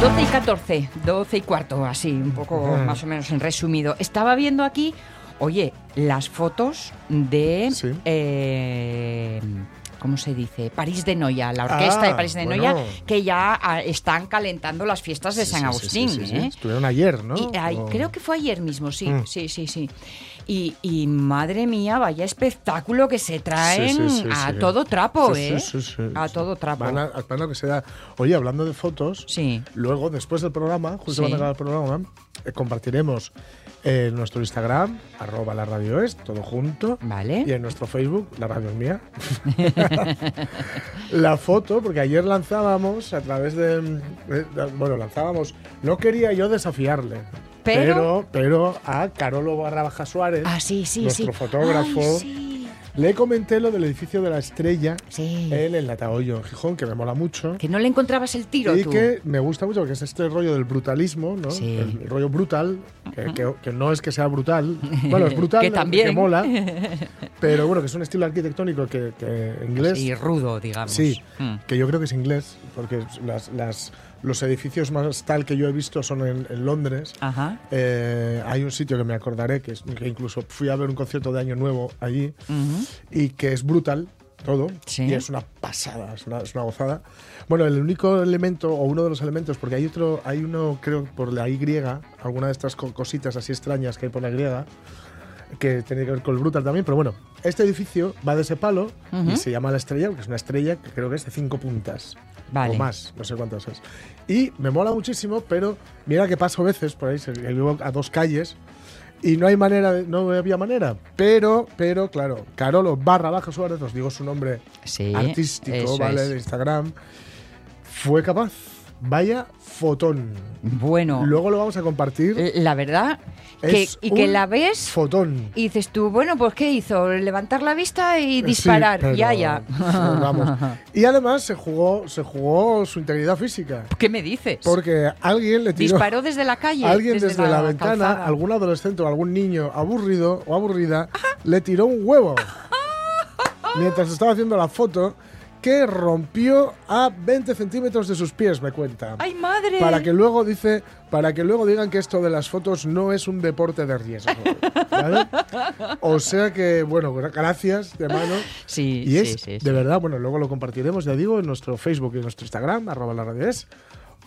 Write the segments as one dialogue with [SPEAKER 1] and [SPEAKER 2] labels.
[SPEAKER 1] Doce y 14, 12 y cuarto, así, un poco más o menos en resumido. Estaba viendo aquí, oye, las fotos de.
[SPEAKER 2] Sí.
[SPEAKER 1] eh, ¿Cómo se dice? París de Noia, la orquesta
[SPEAKER 2] Ah,
[SPEAKER 1] de París de
[SPEAKER 2] bueno.
[SPEAKER 1] Noia, que ya ah, están calentando las fiestas de
[SPEAKER 2] Sí,
[SPEAKER 1] San
[SPEAKER 2] sí,
[SPEAKER 1] Agustín.
[SPEAKER 2] sí, sí, sí.
[SPEAKER 1] ¿eh?
[SPEAKER 2] Estuvieron ayer, ¿no?
[SPEAKER 1] Y, ay,
[SPEAKER 2] O-
[SPEAKER 1] Creo que fue ayer mismo, sí,
[SPEAKER 2] Mm.
[SPEAKER 1] sí, sí, sí. Y, y, madre mía, vaya espectáculo que se traen
[SPEAKER 2] Sí, sí, sí,
[SPEAKER 1] a
[SPEAKER 2] sí.
[SPEAKER 1] todo trapo,
[SPEAKER 2] Sí, sí,
[SPEAKER 1] ¿eh?
[SPEAKER 2] sí, sí,
[SPEAKER 1] a
[SPEAKER 2] sí.
[SPEAKER 1] todo trapo.
[SPEAKER 2] Van a, al plano que sea. Oye, hablando de fotos,
[SPEAKER 1] Sí.
[SPEAKER 2] luego, después del programa, justo
[SPEAKER 1] Sí.
[SPEAKER 2] cuando acabe el programa, eh, compartiremos en nuestro Instagram, arroba la radio es, todo junto.
[SPEAKER 1] Vale.
[SPEAKER 2] Y en nuestro Facebook, la radio es mía. la foto, porque ayer lanzábamos a través de. eh, Bueno, lanzábamos. No quería yo desafiarle.
[SPEAKER 1] Pero-
[SPEAKER 2] pero, pero a Carolo Barra Baja Suárez,
[SPEAKER 1] Ah, sí, sí,
[SPEAKER 2] ¿eh? nuestro
[SPEAKER 1] sí.
[SPEAKER 2] fotógrafo,
[SPEAKER 1] Ay, sí.
[SPEAKER 2] le comenté lo del edificio de la estrella
[SPEAKER 1] Sí.
[SPEAKER 2] en el Latahoyo, en Gijón, que me mola mucho.
[SPEAKER 1] Que no le encontrabas el tiro
[SPEAKER 2] Y
[SPEAKER 1] tú.
[SPEAKER 2] que me gusta mucho porque es este rollo del brutalismo, ¿no?
[SPEAKER 1] Sí.
[SPEAKER 2] El, rollo brutal, que, que- que no es que sea brutal. Bueno, es brutal,
[SPEAKER 1] Que también.
[SPEAKER 2] mola. Pero bueno, que es un estilo arquitectónico que, que inglés.
[SPEAKER 1] Sí, rudo, digamos.
[SPEAKER 2] Sí,
[SPEAKER 1] Mm.
[SPEAKER 2] que yo creo que es inglés, porque las- las- los edificios más tal que yo he visto son en, en Londres.
[SPEAKER 1] Ajá.
[SPEAKER 2] Eh, hay un sitio que me acordaré, que, es- que incluso fui a ver un concierto de Año Nuevo allí,
[SPEAKER 1] Ujú.
[SPEAKER 2] y que es brutal todo,
[SPEAKER 1] Sí.
[SPEAKER 2] y es una pasada, es una, es una gozada. Bueno, el único elemento, o uno de los elementos, porque hay otro, hay uno, creo, por la Y, alguna de estas co- cositas así extrañas que hay por la Y, que tiene que ver con el brutal también, pero bueno, este edificio va de ese palo y se llama La Estrella, porque es una estrella que creo que es de cinco puntas.
[SPEAKER 1] Vale.
[SPEAKER 2] O más, no sé cuántas es. Y me mola muchísimo, pero mira que paso veces por ahí, se- que vivo a dos calles y no hay manera, de- no había manera. Pero, pero, claro, Carolo barra baja Suárez, os digo su nombre
[SPEAKER 1] Sí,
[SPEAKER 2] artístico,
[SPEAKER 1] eso
[SPEAKER 2] ¿vale?
[SPEAKER 1] es.
[SPEAKER 2] De Instagram, fue capaz. Vaya fotón.
[SPEAKER 1] Bueno,
[SPEAKER 2] Luego lo vamos a compartir.
[SPEAKER 1] la verdad, Eh, que,
[SPEAKER 2] Es
[SPEAKER 1] y que
[SPEAKER 2] un
[SPEAKER 1] la ves
[SPEAKER 2] Fotón.
[SPEAKER 1] y dices tú, bueno, pues ¿qué hizo? Levantar la vista y disparar.
[SPEAKER 2] Sí, pero-
[SPEAKER 1] Ya, ya.
[SPEAKER 2] Vamos. Y además se jugó, se jugó su integridad física.
[SPEAKER 1] ¿Qué me dices?
[SPEAKER 2] Porque alguien le tiró.
[SPEAKER 1] Disparó desde la calle.
[SPEAKER 2] Alguien desde, la, ventana,
[SPEAKER 1] calzada.
[SPEAKER 2] algún adolescente o algún niño aburrido o aburrida, le tiró un huevo. Mientras estaba haciendo la foto, que rompió a 20 centímetros de sus pies, me cuenta.
[SPEAKER 1] ¡Ay, madre!
[SPEAKER 2] Para que luego dice, para que luego digan que esto de las fotos no es un deporte de riesgo. ¿vale? O sea que, bueno, gra- gracias de mano.
[SPEAKER 1] Sí,
[SPEAKER 2] Y
[SPEAKER 1] sí,
[SPEAKER 2] es,
[SPEAKER 1] sí, sí.
[SPEAKER 2] de verdad, bueno, luego lo compartiremos, ya digo, en nuestro Facebook y en nuestro Instagram, arroba la radio es,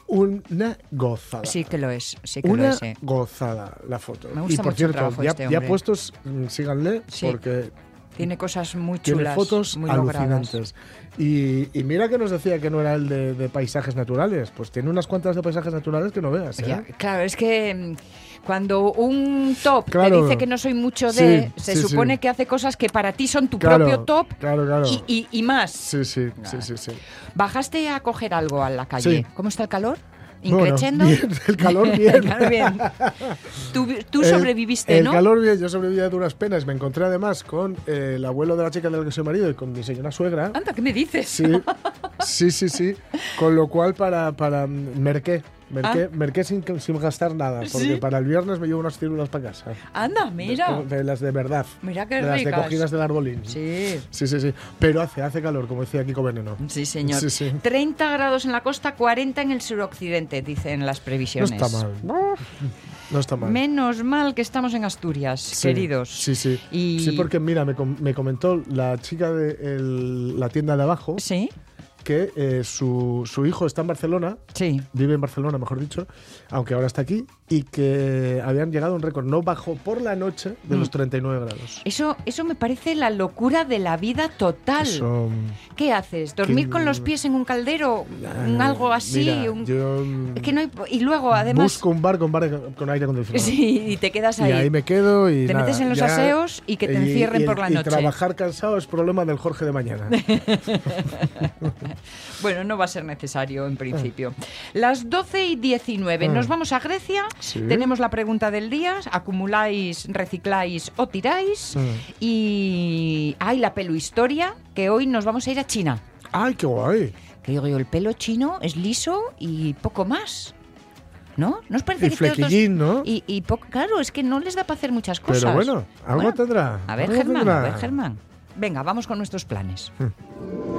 [SPEAKER 2] una gozada
[SPEAKER 1] Sí que lo es, sí que
[SPEAKER 2] una
[SPEAKER 1] lo es. eh.
[SPEAKER 2] gozada la foto.
[SPEAKER 1] Me gusta
[SPEAKER 2] y por
[SPEAKER 1] mucho el
[SPEAKER 2] cierto,
[SPEAKER 1] trabajo de
[SPEAKER 2] ya,
[SPEAKER 1] este
[SPEAKER 2] ya
[SPEAKER 1] hombre.
[SPEAKER 2] puestos, mm, síganle
[SPEAKER 1] Sí.
[SPEAKER 2] porque
[SPEAKER 1] Tiene cosas muy chulas.
[SPEAKER 2] tiene fotos
[SPEAKER 1] muy logradas.
[SPEAKER 2] alucinantes. Y, y mira que nos decía que no era el de, de paisajes naturales. Pues tiene unas cuantas de paisajes naturales que no veas. ¿eh?
[SPEAKER 1] Ya, claro, es que mm, cuando un top te
[SPEAKER 2] Claro.
[SPEAKER 1] dice que no soy mucho de,
[SPEAKER 2] Sí,
[SPEAKER 1] se
[SPEAKER 2] sí,
[SPEAKER 1] supone
[SPEAKER 2] sí.
[SPEAKER 1] que hace cosas que para ti son tu
[SPEAKER 2] Claro,
[SPEAKER 1] propio top
[SPEAKER 2] claro, claro.
[SPEAKER 1] y, y- y más.
[SPEAKER 2] Sí, sí, sí, sí, sí.
[SPEAKER 1] Bajaste a coger algo a la calle.
[SPEAKER 2] Sí.
[SPEAKER 1] ¿Cómo está el calor?
[SPEAKER 2] Bueno,
[SPEAKER 1] ¿Increchendo?
[SPEAKER 2] bien, el calor bien.
[SPEAKER 1] El calor bien. Tú, tú
[SPEAKER 2] El-
[SPEAKER 1] sobreviviste,
[SPEAKER 2] el
[SPEAKER 1] ¿no?
[SPEAKER 2] calor bien, yo sobreviví a duras penas. Me encontré además con eh, el abuelo de la chica de la que soy marido y con mi señora suegra.
[SPEAKER 1] Anda, ¿qué me dices?
[SPEAKER 2] Sí, sí, sí, sí. Con lo cual, para, para mm, merqué. Merqué, merqué sin, sin gastar nada, porque
[SPEAKER 1] Ah. ¿Sí?
[SPEAKER 2] para el viernes me llevo unas ciruelas para casa.
[SPEAKER 1] Anda, mira.
[SPEAKER 2] De, de las de verdad.
[SPEAKER 1] Mira qué
[SPEAKER 2] de las de
[SPEAKER 1] ricas.
[SPEAKER 2] cogidas del arbolín.
[SPEAKER 1] Sí.
[SPEAKER 2] sí, sí. sí. Pero hace, hace calor, como decía Kiko Veneno.
[SPEAKER 1] Sí, señor.
[SPEAKER 2] Sí, sí.
[SPEAKER 1] 30 grados en la costa, 40 en el suroccidente, dicen las
[SPEAKER 2] No
[SPEAKER 1] previsiones.
[SPEAKER 2] está mal. No está mal.
[SPEAKER 1] Menos mal que estamos en Asturias,
[SPEAKER 2] Sí,
[SPEAKER 1] queridos.
[SPEAKER 2] Sí, sí.
[SPEAKER 1] Y...
[SPEAKER 2] Sí, porque mira, me, com- me comentó la chica de el- la tienda de abajo
[SPEAKER 1] Sí,
[SPEAKER 2] que eh, su, su hijo está en Barcelona
[SPEAKER 1] sí.
[SPEAKER 2] vive en Barcelona, mejor dicho, aunque ahora está aquí, y que habían llegado a un récord no bajo por la noche de
[SPEAKER 1] Mm.
[SPEAKER 2] los 39 grados.
[SPEAKER 1] Eso, eso me parece la locura de la vida total.
[SPEAKER 2] Eso,
[SPEAKER 1] ¿Qué haces? ¿Dormir
[SPEAKER 2] Que-
[SPEAKER 1] con los pies en un caldero? ¿Un
[SPEAKER 2] eh,
[SPEAKER 1] algo así?
[SPEAKER 2] mira,
[SPEAKER 1] un-
[SPEAKER 2] yo, mm,
[SPEAKER 1] Es que no hay... Y luego, además...
[SPEAKER 2] busco un bar con, bar- con aire acondicionado.
[SPEAKER 1] Sí, y te quedas
[SPEAKER 2] Y ahí me quedo y
[SPEAKER 1] Te
[SPEAKER 2] nada,
[SPEAKER 1] metes en los
[SPEAKER 2] ya-
[SPEAKER 1] aseos y que te encierren
[SPEAKER 2] y-
[SPEAKER 1] por la
[SPEAKER 2] y
[SPEAKER 1] noche.
[SPEAKER 2] trabajar cansado es problema del Jorge de mañana.
[SPEAKER 1] bueno, no va a ser necesario en principio.
[SPEAKER 2] Ah.
[SPEAKER 1] Las 12 y 19. Nos vamos a Grecia.
[SPEAKER 2] Sí.
[SPEAKER 1] Tenemos la pregunta del día. Acumuláis, recicláis o tiráis.
[SPEAKER 2] Ah.
[SPEAKER 1] Y hay la peluhistoria, que hoy nos vamos a ir a China.
[SPEAKER 2] ¡Ay, qué guay!
[SPEAKER 1] Que digo yo, el pelo chino es liso y poco más. ¿No? ¿No os parece
[SPEAKER 2] Y
[SPEAKER 1] que estos dos-
[SPEAKER 2] flequillín, ¿no?
[SPEAKER 1] Y, y poco, claro, es que no les da para hacer muchas cosas.
[SPEAKER 2] Pero bueno, algo
[SPEAKER 1] Bueno,
[SPEAKER 2] tendrá.
[SPEAKER 1] A ver,
[SPEAKER 2] algo
[SPEAKER 1] Germán, a
[SPEAKER 2] tendrá.
[SPEAKER 1] ver, Germán. Venga, vamos con nuestros planes.
[SPEAKER 2] Hmm.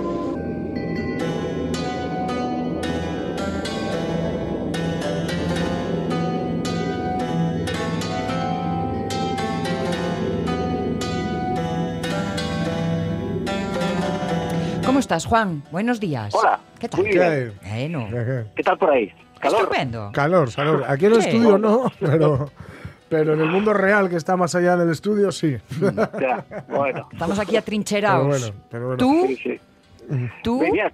[SPEAKER 1] ¿Cómo estás, Juan? Buenos días.
[SPEAKER 3] Hola,
[SPEAKER 1] ¿Qué tal?
[SPEAKER 3] muy
[SPEAKER 2] ¿Qué hay?
[SPEAKER 1] Bueno,
[SPEAKER 2] Ajá.
[SPEAKER 3] ¿Qué tal por ahí? ¿Calor?
[SPEAKER 1] estupendo.
[SPEAKER 2] Calor, calor. Aquí en el
[SPEAKER 1] Sí.
[SPEAKER 2] estudio no, pero, pero en el mundo real que está más allá del estudio sí.
[SPEAKER 1] Mm.
[SPEAKER 3] Ya, bueno.
[SPEAKER 1] Estamos aquí atrincherados.
[SPEAKER 2] Pero bueno, pero bueno.
[SPEAKER 3] Sí,
[SPEAKER 1] Tú,
[SPEAKER 3] sí.
[SPEAKER 1] tú.
[SPEAKER 3] Venía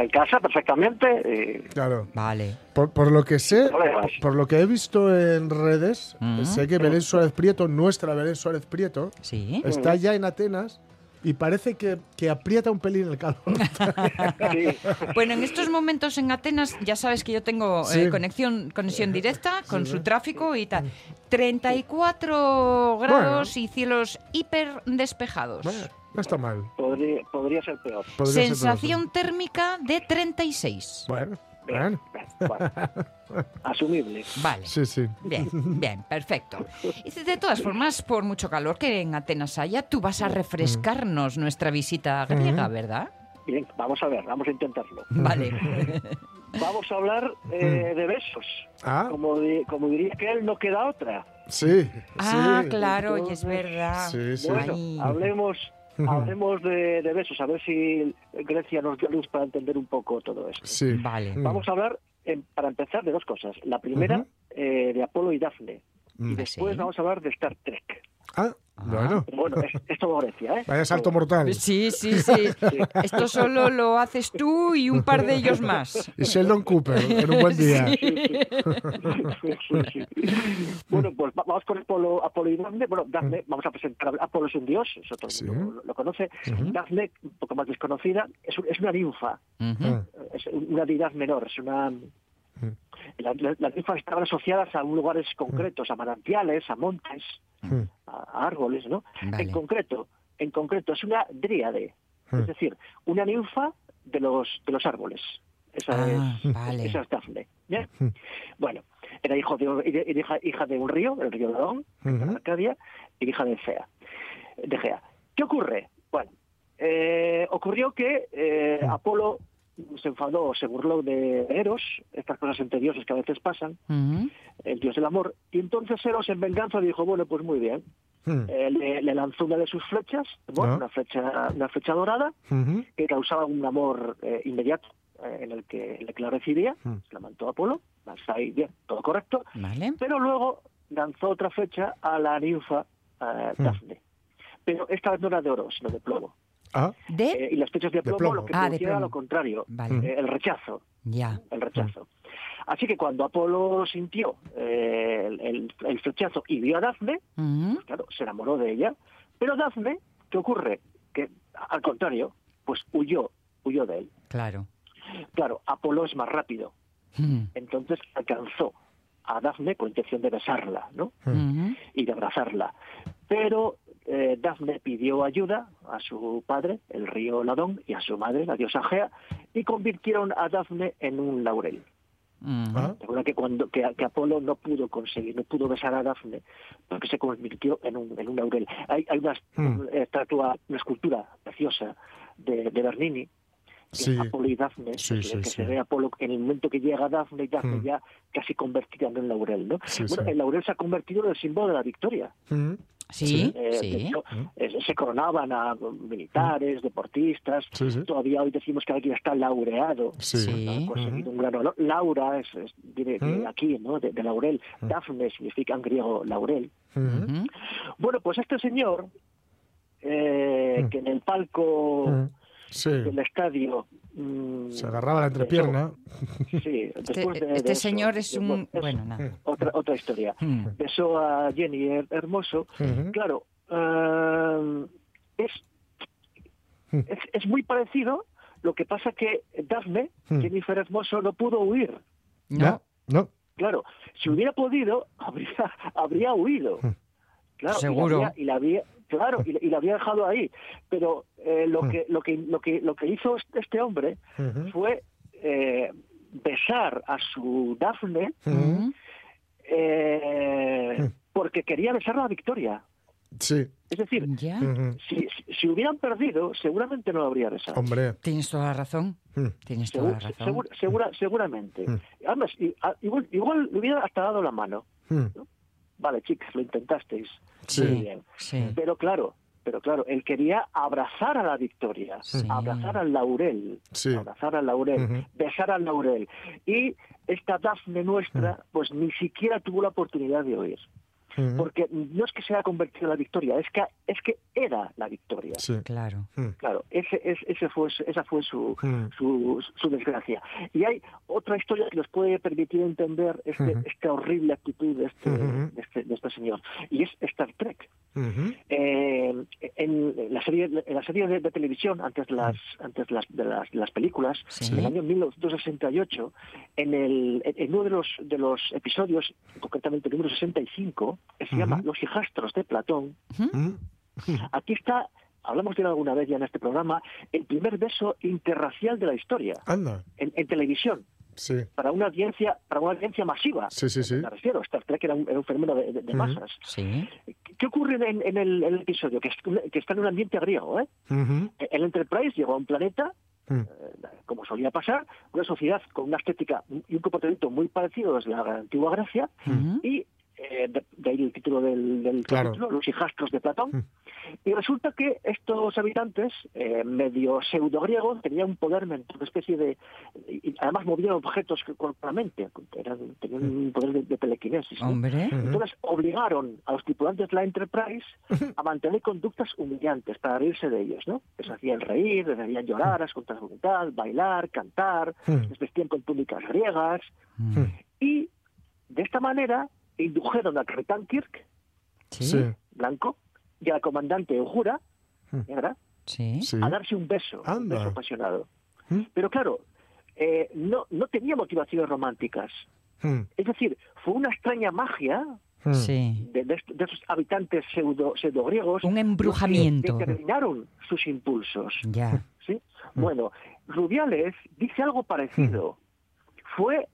[SPEAKER 3] en casa perfectamente. eh,
[SPEAKER 2] Claro.
[SPEAKER 1] Vale.
[SPEAKER 2] Por, por lo que sé,
[SPEAKER 3] Problemas.
[SPEAKER 2] por, por lo que he visto en redes,
[SPEAKER 1] Ujú.
[SPEAKER 2] sé que Belén Suárez Prieto, nuestra Belén Suárez Prieto,
[SPEAKER 1] Sí.
[SPEAKER 2] está ya en Atenas y parece que, que aprieta un pelín el calor.
[SPEAKER 3] sí.
[SPEAKER 1] Bueno, en estos momentos en Atenas ya sabes que yo tengo
[SPEAKER 2] Sí.
[SPEAKER 1] eh, conexión, conexión directa con su tráfico y
[SPEAKER 2] Mm.
[SPEAKER 1] tal. 34 grados y cielos hiper despejados.
[SPEAKER 2] Bueno, no está mal.
[SPEAKER 3] Podría, podría ser peor.
[SPEAKER 2] Podría ser
[SPEAKER 1] Sensación térmica de 36.
[SPEAKER 2] todo eso. Bueno, bueno.
[SPEAKER 3] Bueno, asumible.
[SPEAKER 1] Vale.
[SPEAKER 2] Sí, sí.
[SPEAKER 1] Bien, bien, perfecto. Y de- De todas formas, por mucho calor que en Atenas haya, tú vas
[SPEAKER 2] Mm.
[SPEAKER 1] a refrescarnos nuestra visita griega, ¿verdad?
[SPEAKER 3] Bien, vamos a ver, vamos a intentarlo.
[SPEAKER 1] Vale.
[SPEAKER 3] Vamos a hablar eh, de besos.
[SPEAKER 2] Mm. Ah.
[SPEAKER 3] Como, di- como diría que él, no queda otra.
[SPEAKER 2] Sí.
[SPEAKER 1] ah,
[SPEAKER 2] sí.
[SPEAKER 1] claro, y es verdad.
[SPEAKER 2] Sí, sí.
[SPEAKER 3] Bueno,
[SPEAKER 1] Ay.
[SPEAKER 3] hablemos, hablemos de, de besos, a ver si Grecia nos da luz para entender un poco todo esto.
[SPEAKER 2] Sí.
[SPEAKER 1] Vale.
[SPEAKER 2] Mm.
[SPEAKER 3] Vamos a hablar, em, para empezar, de dos cosas. La primera,
[SPEAKER 2] Ujú.
[SPEAKER 3] eh, de Apolo y Dafne. Y
[SPEAKER 1] Ah,
[SPEAKER 3] después
[SPEAKER 1] sí.
[SPEAKER 3] vamos a hablar de Star Trek.
[SPEAKER 2] Ah, bueno.
[SPEAKER 3] Pero bueno, es, esto va a Grecia, ¿eh?
[SPEAKER 2] Vaya salto mortal.
[SPEAKER 1] Pues Sí, sí, sí. Esto solo lo haces tú y un par de ellos más.
[SPEAKER 2] Y Sheldon Cooper, en un buen día.
[SPEAKER 3] bueno, pues va- vamos con Apolo, Apolo y Dafne. Bueno, Dafne, vamos a presentar. Apolo es un dios, eso todo el
[SPEAKER 2] Mm. Sí.
[SPEAKER 3] mundo lo, lo conoce. Dafne, un poco más desconocida, es, un- es una ninfa,
[SPEAKER 2] Ah,
[SPEAKER 3] es una deidad menor, es una.
[SPEAKER 2] Mm.
[SPEAKER 3] la- la- las ninfas estaban asociadas a lugares concretos, a manantiales, a montes,
[SPEAKER 2] mm,
[SPEAKER 3] a, a árboles, ¿no?
[SPEAKER 1] Vale.
[SPEAKER 3] En concreto, en concreto es una dríade,
[SPEAKER 2] Hmm.
[SPEAKER 3] es decir, una ninfa de los de los árboles. Esa
[SPEAKER 1] Ah,
[SPEAKER 3] es
[SPEAKER 1] vale. Hmm.
[SPEAKER 3] esa es Dafne. ¿ya? Bueno, era hijo de, era hija, hija de un río, el río Ladón,
[SPEAKER 1] Hmm.
[SPEAKER 2] Ujú.
[SPEAKER 3] Arcadia, y hija de Fea, de Gea. ¿Qué ocurre? Bueno, eh, ocurrió que eh,
[SPEAKER 1] Hmm.
[SPEAKER 3] Apolo se enfadó, se burló de Eros, estas cosas entre dioses que a veces pasan,
[SPEAKER 1] Ujú.
[SPEAKER 3] el dios del amor, y entonces Eros en venganza dijo, bueno, pues muy bien,
[SPEAKER 2] mm,
[SPEAKER 3] eh, le, le lanzó una de sus flechas, bueno,
[SPEAKER 2] Ah.
[SPEAKER 3] una flecha, una flecha dorada,
[SPEAKER 2] ujú,
[SPEAKER 3] que causaba un amor eh, inmediato eh, en el que, en el que la recibía,
[SPEAKER 2] Mm.
[SPEAKER 3] se la mandó a Apolo, hasta ahí bien, todo correcto,
[SPEAKER 1] Vale.
[SPEAKER 3] pero luego lanzó otra flecha a la ninfa eh,
[SPEAKER 2] Mm.
[SPEAKER 3] Dafne. Pero esta vez no era de oro, sino de plomo.
[SPEAKER 2] Ah,
[SPEAKER 1] ¿De?
[SPEAKER 3] Eh, y las flechas de plomo,
[SPEAKER 2] plomo.
[SPEAKER 3] lo que
[SPEAKER 1] Ah, de
[SPEAKER 3] producía era
[SPEAKER 1] plomo.
[SPEAKER 3] lo contrario,
[SPEAKER 1] Vale,
[SPEAKER 3] eh, el rechazo,
[SPEAKER 1] ya.
[SPEAKER 3] el rechazo. Así que cuando Apolo sintió eh, el, el- el flechazo y vio a Dafne,
[SPEAKER 1] Ujú.
[SPEAKER 3] claro, se enamoró de ella. Pero Dafne, ¿qué ocurre? Que al contrario, pues huyó, huyó de él.
[SPEAKER 1] Claro.
[SPEAKER 3] Claro, Apolo es más rápido, Ah.
[SPEAKER 1] Ujú.
[SPEAKER 3] entonces alcanzó a Dafne con intención de besarla, ¿no?
[SPEAKER 2] mm.
[SPEAKER 1] Ujú.
[SPEAKER 3] Y de abrazarla. Pero eh, Dafne pidió ayuda a su padre, el río Ladón, y a su madre, la diosa Gea, y convirtieron a Dafne en un laurel.
[SPEAKER 1] Ujú.
[SPEAKER 2] ah,
[SPEAKER 3] Recuerda que cuando que, que Apolo no pudo conseguir, no pudo besar a Dafne, porque se convirtió en un, en un laurel. Hay, hay una
[SPEAKER 2] Hmm.
[SPEAKER 3] estatua, una escultura preciosa de, de Bernini, que
[SPEAKER 2] Sí.
[SPEAKER 3] es Apolo y Dafne,
[SPEAKER 2] Sí,
[SPEAKER 3] que,
[SPEAKER 2] sí,
[SPEAKER 3] que
[SPEAKER 2] sí.
[SPEAKER 3] se ve a Apolo en el momento que llega Dafne y Dafne
[SPEAKER 2] Hmm.
[SPEAKER 3] ya casi convertida en un laurel, ¿no?
[SPEAKER 2] Sí,
[SPEAKER 3] bueno,
[SPEAKER 2] sí.
[SPEAKER 3] el laurel se ha convertido en el símbolo de la victoria.
[SPEAKER 2] mm,
[SPEAKER 1] Sí,
[SPEAKER 3] Eh, de
[SPEAKER 1] sí.
[SPEAKER 3] hecho,
[SPEAKER 2] Hmm.
[SPEAKER 3] eh, se coronaban a militares, deportistas.
[SPEAKER 2] Sí, sí.
[SPEAKER 3] Todavía hoy decimos que alguien está laureado
[SPEAKER 2] Sí.
[SPEAKER 1] Sí.
[SPEAKER 3] ha conseguido un gran olor. Laura es, es- viene de
[SPEAKER 2] Ujú.
[SPEAKER 3] aquí, ¿no? De, de laurel. Daphne significa en griego laurel.
[SPEAKER 2] mm,
[SPEAKER 1] Ujú.
[SPEAKER 3] Bueno, pues este señor, eh, que en el palco
[SPEAKER 2] mm, Sí.
[SPEAKER 3] del estadio... mm,
[SPEAKER 2] Se agarraba la entrepierna.
[SPEAKER 3] Sí, después
[SPEAKER 1] Este,
[SPEAKER 3] de- de
[SPEAKER 1] este
[SPEAKER 3] eso,
[SPEAKER 1] señor es
[SPEAKER 3] de-
[SPEAKER 1] un...
[SPEAKER 3] es
[SPEAKER 1] Bueno, nada.
[SPEAKER 3] Otra, otra historia.
[SPEAKER 1] Mm.
[SPEAKER 3] Besó a Jenny Her- Hermoso.
[SPEAKER 2] Ujú.
[SPEAKER 3] Claro, eh, es, es, es muy parecido Lo que pasa que Daphne,
[SPEAKER 2] Hmm.
[SPEAKER 3] Jennifer Hermoso, no pudo huir.
[SPEAKER 1] No.
[SPEAKER 2] No.
[SPEAKER 3] Claro, si hubiera podido, habría, habría huido. Claro,
[SPEAKER 1] Hmm. Seguro.
[SPEAKER 3] Y la habría, y la habría- claro, y, la- y la habría dejado ahí. Pero eh, lo,
[SPEAKER 1] Hmm.
[SPEAKER 2] Mm.
[SPEAKER 3] que, lo, que, lo, que, lo que hizo este- este hombre
[SPEAKER 2] Ujú.
[SPEAKER 3] fue eh, besar a su Daphne
[SPEAKER 1] Mm-hmm.
[SPEAKER 2] Ujú.
[SPEAKER 1] Hmm.
[SPEAKER 3] eh,
[SPEAKER 2] Mm.
[SPEAKER 3] porque quería besar la victoria.
[SPEAKER 2] Sí. Mm. Mm-hmm.
[SPEAKER 3] Es decir,
[SPEAKER 1] Ya,
[SPEAKER 2] Ujú.
[SPEAKER 3] si, si- si hubieran perdido, seguramente no lo habría besado.
[SPEAKER 2] Hombre.
[SPEAKER 1] tienes toda la razón.
[SPEAKER 2] Mm.
[SPEAKER 1] Tienes toda la
[SPEAKER 3] Segu-
[SPEAKER 1] razón. Hmm.
[SPEAKER 3] segura- segura- seguramente.
[SPEAKER 2] Mm.
[SPEAKER 3] Además, i- a- igual, igual le hubiera hasta dado la mano.
[SPEAKER 2] Mm.
[SPEAKER 3] Vale, chicas, lo intentasteis.
[SPEAKER 2] Sí.
[SPEAKER 3] Muy bien.
[SPEAKER 1] Sí.
[SPEAKER 3] Pero claro, pero claro, él quería abrazar a la victoria,
[SPEAKER 1] Sí.
[SPEAKER 3] abrazar al laurel,
[SPEAKER 2] Sí.
[SPEAKER 3] abrazar al laurel,
[SPEAKER 2] Ujú.
[SPEAKER 3] besar al laurel. Y esta Dafne nuestra,
[SPEAKER 2] Mm.
[SPEAKER 3] pues ni siquiera tuvo la oportunidad de oír.
[SPEAKER 2] Ujú.
[SPEAKER 3] Porque no es que se haya convertido en la victoria, es que, es que era la victoria.
[SPEAKER 2] Sí.
[SPEAKER 1] Claro.
[SPEAKER 2] Mm.
[SPEAKER 3] Claro, ese, es- ese fue, su- esa fue su,
[SPEAKER 2] Mm.
[SPEAKER 3] su, su desgracia. Y hay otra historia que nos puede permitir entender este,
[SPEAKER 2] Ujú.
[SPEAKER 3] esta horrible actitud de este,
[SPEAKER 2] Ujú.
[SPEAKER 3] de este, de este señor, y es Star Trek.
[SPEAKER 2] Ujú.
[SPEAKER 3] Eh, en la serie, en la serie de, de televisión, antes, las,
[SPEAKER 2] Mm.
[SPEAKER 3] antes las, de las, de las películas,
[SPEAKER 1] Sí.
[SPEAKER 3] en el año 1968, en, el, en en uno de los, de los episodios, concretamente el número 65, que se
[SPEAKER 2] Ujú.
[SPEAKER 3] llama Los hijastros de Platón,
[SPEAKER 2] Mm.
[SPEAKER 3] aquí está, hablamos de él alguna vez ya en este programa, el primer beso interracial de la historia,
[SPEAKER 2] Anda.
[SPEAKER 3] en, en televisión,
[SPEAKER 2] Sí.
[SPEAKER 3] para una audiencia para una audiencia masiva.
[SPEAKER 2] Sí, sí, sí.
[SPEAKER 3] Me refiero, Star Trek era un, era un fenómeno de, de- de
[SPEAKER 2] Ujú.
[SPEAKER 3] masas.
[SPEAKER 1] Sí.
[SPEAKER 3] ¿Qué ocurre en, en el, en el episodio? Que, es- que está en un ambiente griego. ¿eh?
[SPEAKER 2] Ujú.
[SPEAKER 3] El Enterprise llegó a un planeta,
[SPEAKER 2] Mm-hmm. Mm.
[SPEAKER 3] eh, como solía pasar, una sociedad con una estética y un comportamiento muy parecido desde la antigua Grecia,
[SPEAKER 1] Ujú.
[SPEAKER 3] y eh, de, de ahí el título del, del
[SPEAKER 2] Claro.
[SPEAKER 3] capítulo, Los hijastros de Platón.
[SPEAKER 2] Mm.
[SPEAKER 3] Y resulta que estos habitantes, eh, medio pseudo-griegos, tenían un poder mental, una especie de... y además movían objetos con la mente, eran- tenían un poder de, de telequinesis. ¿no?
[SPEAKER 1] Hombre.
[SPEAKER 2] Ujú.
[SPEAKER 3] Entonces obligaron a los tripulantes de la Enterprise a mantener conductas humillantes para reírse de ellos, ¿no? Les hacían reír, les hacían llorar a su contra su voluntad, bailar, cantar,
[SPEAKER 2] Mm.
[SPEAKER 3] les vestían con túnicas griegas
[SPEAKER 1] Mm.
[SPEAKER 3] y de esta manera indujeron al capitán Kirk,
[SPEAKER 1] Sí.
[SPEAKER 2] Sí.
[SPEAKER 3] blanco, y al comandante Uhura,
[SPEAKER 2] Mm.
[SPEAKER 3] negra,
[SPEAKER 1] Sí.
[SPEAKER 2] Sí.
[SPEAKER 3] a darse un beso, un
[SPEAKER 2] Anda.
[SPEAKER 3] beso apasionado.
[SPEAKER 2] Mm.
[SPEAKER 3] Pero claro, eh, no, no tenía motivaciones románticas.
[SPEAKER 1] Hmm,
[SPEAKER 2] Mm.
[SPEAKER 3] Es decir, fue una extraña magia
[SPEAKER 2] Mm.
[SPEAKER 1] Sí.
[SPEAKER 3] de, de, est- de esos habitantes pseudo, griegos
[SPEAKER 1] Un embrujamiento.
[SPEAKER 3] determinaron sus impulsos.
[SPEAKER 1] Ya.
[SPEAKER 3] ¿sí?
[SPEAKER 2] Mm.
[SPEAKER 3] Bueno, Rubiales dice algo parecido. Fue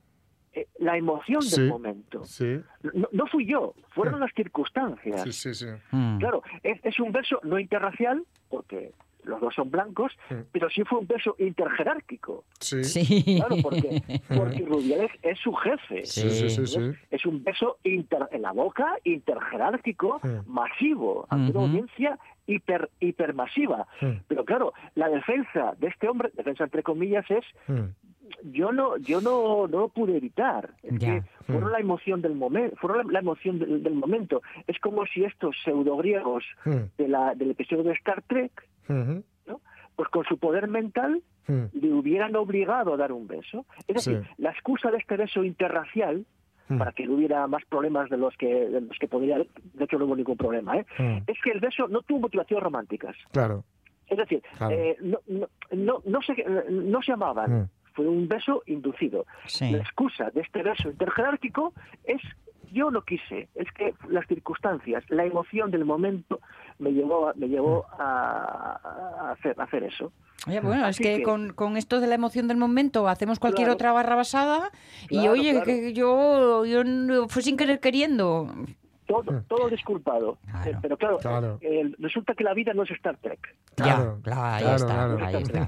[SPEAKER 3] eh, la emoción
[SPEAKER 2] Mm. Sí.
[SPEAKER 3] del momento.
[SPEAKER 2] Sí.
[SPEAKER 3] No, no fui yo, fueron las circunstancias.
[SPEAKER 2] Sí, sí, sí.
[SPEAKER 1] Mm.
[SPEAKER 3] Claro, es, es un verso no interracial, porque los dos son blancos,
[SPEAKER 2] Mm.
[SPEAKER 3] pero sí fue un verso interjerárquico.
[SPEAKER 2] Sí.
[SPEAKER 1] Sí.
[SPEAKER 3] Claro, porque, porque Rubiales es su jefe.
[SPEAKER 2] Sí, sí, sí, sí.
[SPEAKER 3] Es un beso inter- en la boca, interjerárquico,
[SPEAKER 2] Sí.
[SPEAKER 3] masivo, ante
[SPEAKER 1] Ujú.
[SPEAKER 3] una audiencia hiper, hipermasiva.
[SPEAKER 2] Sí.
[SPEAKER 3] Pero claro, la defensa de este hombre, defensa entre comillas, es
[SPEAKER 2] Mm.
[SPEAKER 3] yo no yo no, no lo pude evitar. Es
[SPEAKER 1] Ya.
[SPEAKER 3] que fueron la emoción del momento, fueron la, la emoción del, del momento. Es como si estos pseudogriegos
[SPEAKER 2] Mm.
[SPEAKER 3] de la, del episodio de Star Trek,
[SPEAKER 2] Ujú.
[SPEAKER 3] pues con su poder mental
[SPEAKER 2] Mm.
[SPEAKER 3] le hubieran obligado a dar un beso. Es decir,
[SPEAKER 2] Sí.
[SPEAKER 3] la excusa de este beso interracial
[SPEAKER 2] Mm.
[SPEAKER 3] para que no hubiera más problemas de los que, de los que podría haber, de hecho no hubo ningún problema, ¿eh?
[SPEAKER 2] Mm.
[SPEAKER 3] es que el beso no tuvo motivaciones románticas.
[SPEAKER 2] Claro.
[SPEAKER 3] Es decir,
[SPEAKER 2] Claro.
[SPEAKER 3] eh, no, no, no, no se, no se amaban,
[SPEAKER 2] Mm.
[SPEAKER 3] fue un beso inducido.
[SPEAKER 1] Sí.
[SPEAKER 3] La excusa de este beso interjerárquico es yo no quise, es que las circunstancias, la emoción del momento me llevó, a- me llevó
[SPEAKER 2] Mm.
[SPEAKER 3] a, a hacer, a hacer eso.
[SPEAKER 1] Oye, bueno, es
[SPEAKER 3] Así
[SPEAKER 1] que,
[SPEAKER 3] que-
[SPEAKER 1] Con, con esto de la emoción del momento hacemos cualquier
[SPEAKER 3] Claro.
[SPEAKER 1] otra barra basada y
[SPEAKER 3] Claro,
[SPEAKER 1] oye,
[SPEAKER 3] claro.
[SPEAKER 1] que yo, yo no- fue sin querer queriendo.
[SPEAKER 3] Todo, todo disculpado.
[SPEAKER 1] Claro.
[SPEAKER 3] Eh, Pero claro,
[SPEAKER 2] Mm. Claro.
[SPEAKER 3] eh, resulta que la vida no es Star Trek.
[SPEAKER 1] ya, claro, ahí está, ahí está.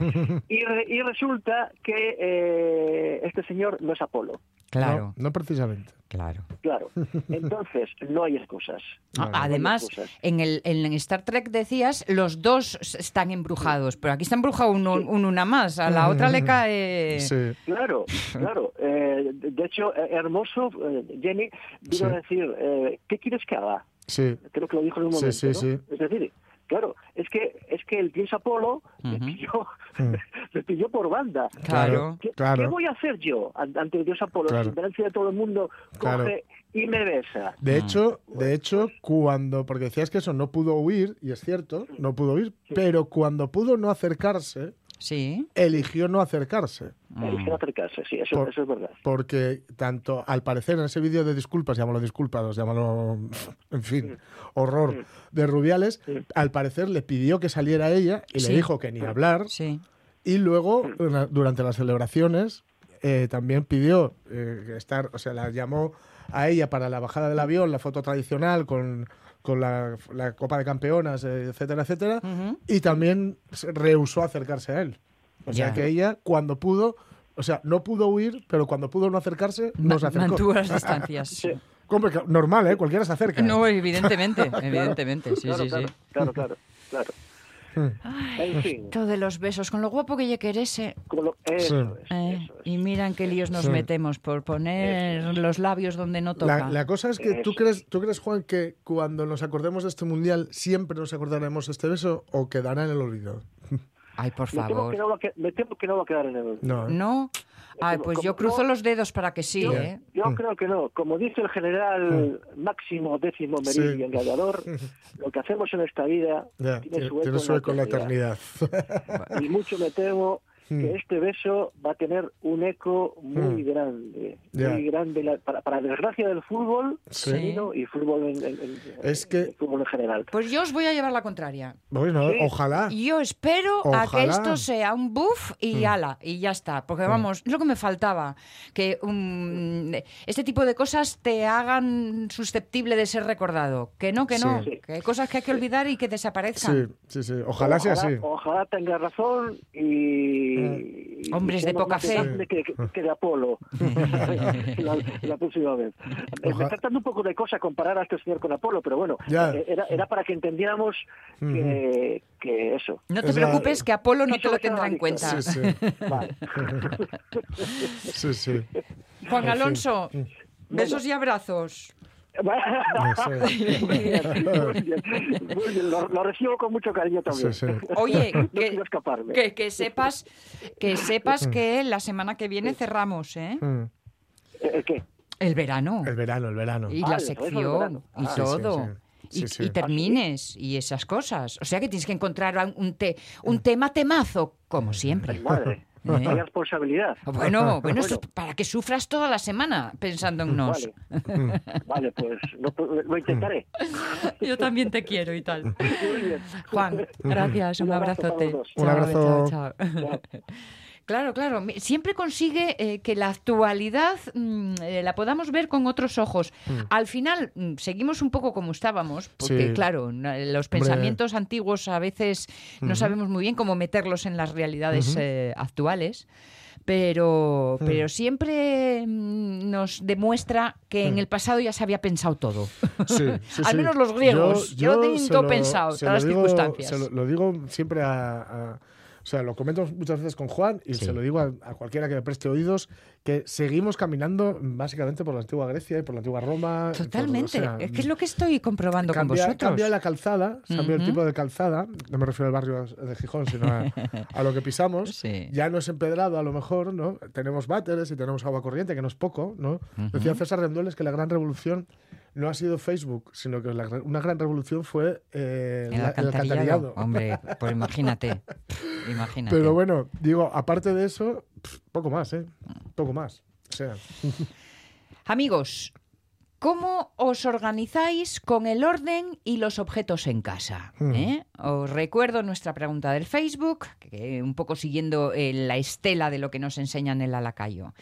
[SPEAKER 3] Y, re- y resulta que eh, este señor no es Apolo.
[SPEAKER 1] Claro,
[SPEAKER 2] No, no precisamente.
[SPEAKER 1] claro.
[SPEAKER 3] Claro. Entonces, no hay excusas.
[SPEAKER 1] Ah,
[SPEAKER 2] Claro.
[SPEAKER 1] Además,
[SPEAKER 3] Varias cosas.
[SPEAKER 1] en, el, en Star Trek decías, los dos s- están embrujados, pero aquí está embrujado uno, un- una más, a la otra le cae...
[SPEAKER 2] Sí.
[SPEAKER 3] Claro, claro. Eh, de de hecho, eh, hermoso, eh, Jenny vino
[SPEAKER 2] Sí.
[SPEAKER 3] a decir, eh, ¿qué quieres que haga?
[SPEAKER 2] Sí.
[SPEAKER 3] Creo que lo dijo en un
[SPEAKER 2] Sí,
[SPEAKER 3] momento.
[SPEAKER 2] sí,
[SPEAKER 3] ¿no?
[SPEAKER 2] sí.
[SPEAKER 3] Es decir, claro, es que es que el dios Apolo me,
[SPEAKER 1] Ujú.
[SPEAKER 3] pilló,
[SPEAKER 2] Mm.
[SPEAKER 3] me pilló por banda.
[SPEAKER 1] Claro.
[SPEAKER 3] ¿Qué,
[SPEAKER 2] Claro.
[SPEAKER 3] qué voy a hacer yo an- ante el dios Apolo?
[SPEAKER 2] Claro.
[SPEAKER 3] Si delante de todo el mundo coge
[SPEAKER 2] Claro.
[SPEAKER 3] y me besa.
[SPEAKER 1] Ah.
[SPEAKER 2] De hecho, de hecho, cuando, porque decías que eso no pudo huir, y es cierto, no pudo huir, pero cuando pudo no acercarse,
[SPEAKER 1] Sí.
[SPEAKER 2] eligió no acercarse.
[SPEAKER 3] Eligió acercarse, sí, eso,
[SPEAKER 2] Por-
[SPEAKER 3] eso es verdad.
[SPEAKER 2] Porque tanto al parecer en ese vídeo de disculpas, llámalo disculpas, llámalo, en fin, horror, de Rubiales, al parecer le pidió que saliera ella y
[SPEAKER 1] Sí.
[SPEAKER 2] le dijo que ni hablar.
[SPEAKER 1] Sí.
[SPEAKER 2] Y luego, dura- durante las celebraciones, eh, también pidió eh, estar, o sea, la llamó a ella para la bajada del avión, la foto tradicional con, con la, la Copa de Campeonas, eh, etcétera, etcétera.
[SPEAKER 1] Ujú.
[SPEAKER 2] Y también se rehusó a acercarse a él. O sea,
[SPEAKER 1] Ya.
[SPEAKER 2] que ella, cuando pudo, o sea, no pudo huir, pero cuando pudo no acercarse, no se
[SPEAKER 1] Ma-
[SPEAKER 2] acercó.
[SPEAKER 1] Mantuvo las distancias.
[SPEAKER 3] Sí.
[SPEAKER 2] Hombre, claro, Normal, ¿eh? Cualquiera se acerca.
[SPEAKER 1] No, evidentemente, evidentemente, sí,
[SPEAKER 3] claro,
[SPEAKER 1] sí,
[SPEAKER 3] claro,
[SPEAKER 1] sí.
[SPEAKER 3] claro, claro, claro. En fin,
[SPEAKER 1] Todo de los besos, con lo guapo que llegue ese.
[SPEAKER 3] como lo- eso es,
[SPEAKER 1] eh,
[SPEAKER 3] eso es.
[SPEAKER 1] y miran qué líos nos
[SPEAKER 2] Sí.
[SPEAKER 1] metemos por poner los labios donde no toca.
[SPEAKER 2] La, la cosa es que tú
[SPEAKER 3] Eso.
[SPEAKER 2] crees, tú crees, Juan, que cuando nos acordemos de este mundial siempre nos acordaremos de este beso o quedará en el olvido.
[SPEAKER 1] Ay, por
[SPEAKER 3] Me temo, que
[SPEAKER 1] favor.
[SPEAKER 3] no va a, que- me temo que no va a quedar en el...
[SPEAKER 2] No. ¿eh?
[SPEAKER 1] No. Ay, pues yo
[SPEAKER 3] como-
[SPEAKER 1] cruzo
[SPEAKER 3] no.
[SPEAKER 1] los dedos para que sí,
[SPEAKER 3] Yo,
[SPEAKER 1] ¿eh?
[SPEAKER 2] Mm.
[SPEAKER 3] yo creo que no. Como dice el general máximo décimo
[SPEAKER 2] Sí.
[SPEAKER 3] meridio engañador, lo que hacemos en esta vida
[SPEAKER 2] Ya,
[SPEAKER 3] tiene
[SPEAKER 2] tiene
[SPEAKER 3] su eco,
[SPEAKER 2] tiene
[SPEAKER 3] en
[SPEAKER 2] su eco en la eternidad. Mm.
[SPEAKER 3] Y mucho me temo que este beso va a tener un eco muy grande.
[SPEAKER 2] Ya.
[SPEAKER 3] Muy grande la- para, para desgracia del fútbol
[SPEAKER 2] Sí.
[SPEAKER 3] femenino y fútbol en, en- en-
[SPEAKER 2] Es que-
[SPEAKER 3] en fútbol en general.
[SPEAKER 1] Pues yo os voy a llevar la contraria.
[SPEAKER 2] Bueno, ojalá.
[SPEAKER 1] Y Yo espero a que
[SPEAKER 2] Ojalá. Mm.
[SPEAKER 1] esto sea un buff y ala, y ya está. Porque vamos, es lo que me faltaba. Que um, este tipo de cosas te hagan susceptible de ser recordado. Que no, que no.
[SPEAKER 2] Sí.
[SPEAKER 1] Que hay cosas que hay que olvidar y que desaparezcan.
[SPEAKER 2] Sí, sí, sí. Ojalá, sea así.
[SPEAKER 3] Ojalá tenga razón y. y
[SPEAKER 1] Mm. Hombres de
[SPEAKER 3] seamos
[SPEAKER 1] poca
[SPEAKER 3] más
[SPEAKER 1] fe.
[SPEAKER 3] grandes Que, que- que de Apolo. la, la próxima vez. Eh, Me
[SPEAKER 2] Ojalá.
[SPEAKER 3] está dando un poco de cosa comparar a este señor con Apolo, pero bueno,
[SPEAKER 2] Ya.
[SPEAKER 3] eh, era, era para que entendiéramos que, que eso.
[SPEAKER 1] No te
[SPEAKER 2] O sea,
[SPEAKER 1] preocupes, que Apolo no
[SPEAKER 3] y
[SPEAKER 1] te lo
[SPEAKER 3] sobre todo
[SPEAKER 1] tendrá en
[SPEAKER 3] adictos.
[SPEAKER 1] cuenta.
[SPEAKER 2] Sí, sí.
[SPEAKER 3] Vale.
[SPEAKER 2] Sí, sí.
[SPEAKER 1] Juan
[SPEAKER 2] En fin. Mm.
[SPEAKER 1] Alonso, besos y abrazos.
[SPEAKER 2] No sé.
[SPEAKER 3] Muy bien, muy bien, muy bien. Lo, lo recibo con mucho cariño también.
[SPEAKER 2] Sí, sí.
[SPEAKER 1] Oye,
[SPEAKER 3] No
[SPEAKER 1] que,
[SPEAKER 3] quiero escaparme.
[SPEAKER 1] que- que sepas que sepas que la semana que viene cerramos, ¿eh?
[SPEAKER 2] Mm.
[SPEAKER 3] Eh, eh, ¿Qué?
[SPEAKER 1] El verano.
[SPEAKER 2] El verano, el verano.
[SPEAKER 1] y
[SPEAKER 3] Ah,
[SPEAKER 1] la
[SPEAKER 3] lo sabéis por el
[SPEAKER 1] sección
[SPEAKER 3] verano.
[SPEAKER 1] y
[SPEAKER 3] Ah. Sí, sí,
[SPEAKER 1] todo.
[SPEAKER 2] sí.
[SPEAKER 1] Y,
[SPEAKER 2] Sí, sí.
[SPEAKER 1] y termines y esas cosas. O sea que tienes que encontrar a un- un, te- un tema temazo, como siempre.
[SPEAKER 3] Madre, qué
[SPEAKER 1] ¿Eh?
[SPEAKER 3] responsabilidad.
[SPEAKER 1] Bueno, bueno, esto es
[SPEAKER 3] Bueno.
[SPEAKER 1] para que sufras toda la semana pensando en nos.
[SPEAKER 3] Vale,
[SPEAKER 2] Mm.
[SPEAKER 3] vale, pues lo, lo intentaré.
[SPEAKER 1] Yo también te quiero y tal.
[SPEAKER 3] Muy bien.
[SPEAKER 1] Juan, gracias, un,
[SPEAKER 3] Un abrazo
[SPEAKER 1] abrazote.
[SPEAKER 3] para los dos.
[SPEAKER 2] Un abrazo.
[SPEAKER 1] chao, chao. Claro, claro. mi- Siempre consigue eh, que la actualidad mm, eh, la podamos ver con otros ojos. Al final mm, seguimos un poco como estábamos, porque
[SPEAKER 2] Sí.
[SPEAKER 1] claro, na- los pensamientos antiguos a veces no sabemos muy bien cómo meterlos en las realidades eh, actuales. Pero,
[SPEAKER 2] Mm.
[SPEAKER 1] pero siempre mm, nos demuestra que
[SPEAKER 2] Mm.
[SPEAKER 1] en el pasado ya se había pensado todo.
[SPEAKER 2] Sí, sí,
[SPEAKER 1] Al
[SPEAKER 2] sí.
[SPEAKER 1] menos los griegos, ya lo tienen
[SPEAKER 2] se
[SPEAKER 1] todo pensado,
[SPEAKER 2] se
[SPEAKER 1] todas las
[SPEAKER 2] digo-
[SPEAKER 1] circunstancias.
[SPEAKER 2] se lo, lo digo siempre a, a- O sea, lo comento muchas veces con Juan y
[SPEAKER 1] Sí.
[SPEAKER 2] se lo digo a, a cualquiera que me preste oídos, que seguimos caminando básicamente por la antigua Grecia y por la antigua Roma. y por- o
[SPEAKER 1] Totalmente.
[SPEAKER 2] sea,
[SPEAKER 1] es que es lo que estoy comprobando
[SPEAKER 2] Cambia,
[SPEAKER 1] con vosotros.
[SPEAKER 2] cambia la calzada, cambia el tipo de calzada, no me refiero al barrio de Gijón, sino a, a lo que pisamos.
[SPEAKER 1] Sí.
[SPEAKER 2] Ya no es empedrado, a lo mejor, ¿no? Tenemos váteres y tenemos agua corriente, que no es poco, ¿no? Decía César Rendueles que la gran revolución no ha sido Facebook, sino que la- una gran revolución fue eh,
[SPEAKER 1] El
[SPEAKER 2] la-
[SPEAKER 1] alcantarillado. Hombre, pues imagínate. Imagínate.
[SPEAKER 2] Pero bueno, digo, aparte de eso, pf, poco más, ¿eh? Poco más. O sea,
[SPEAKER 1] Amigos, ¿cómo os organizáis con el orden y los objetos en casa?
[SPEAKER 2] Hmm.
[SPEAKER 1] eh? Os recuerdo nuestra pregunta del Facebook, que un poco siguiendo eh, la estela de lo que nos enseñan en el Alacayo.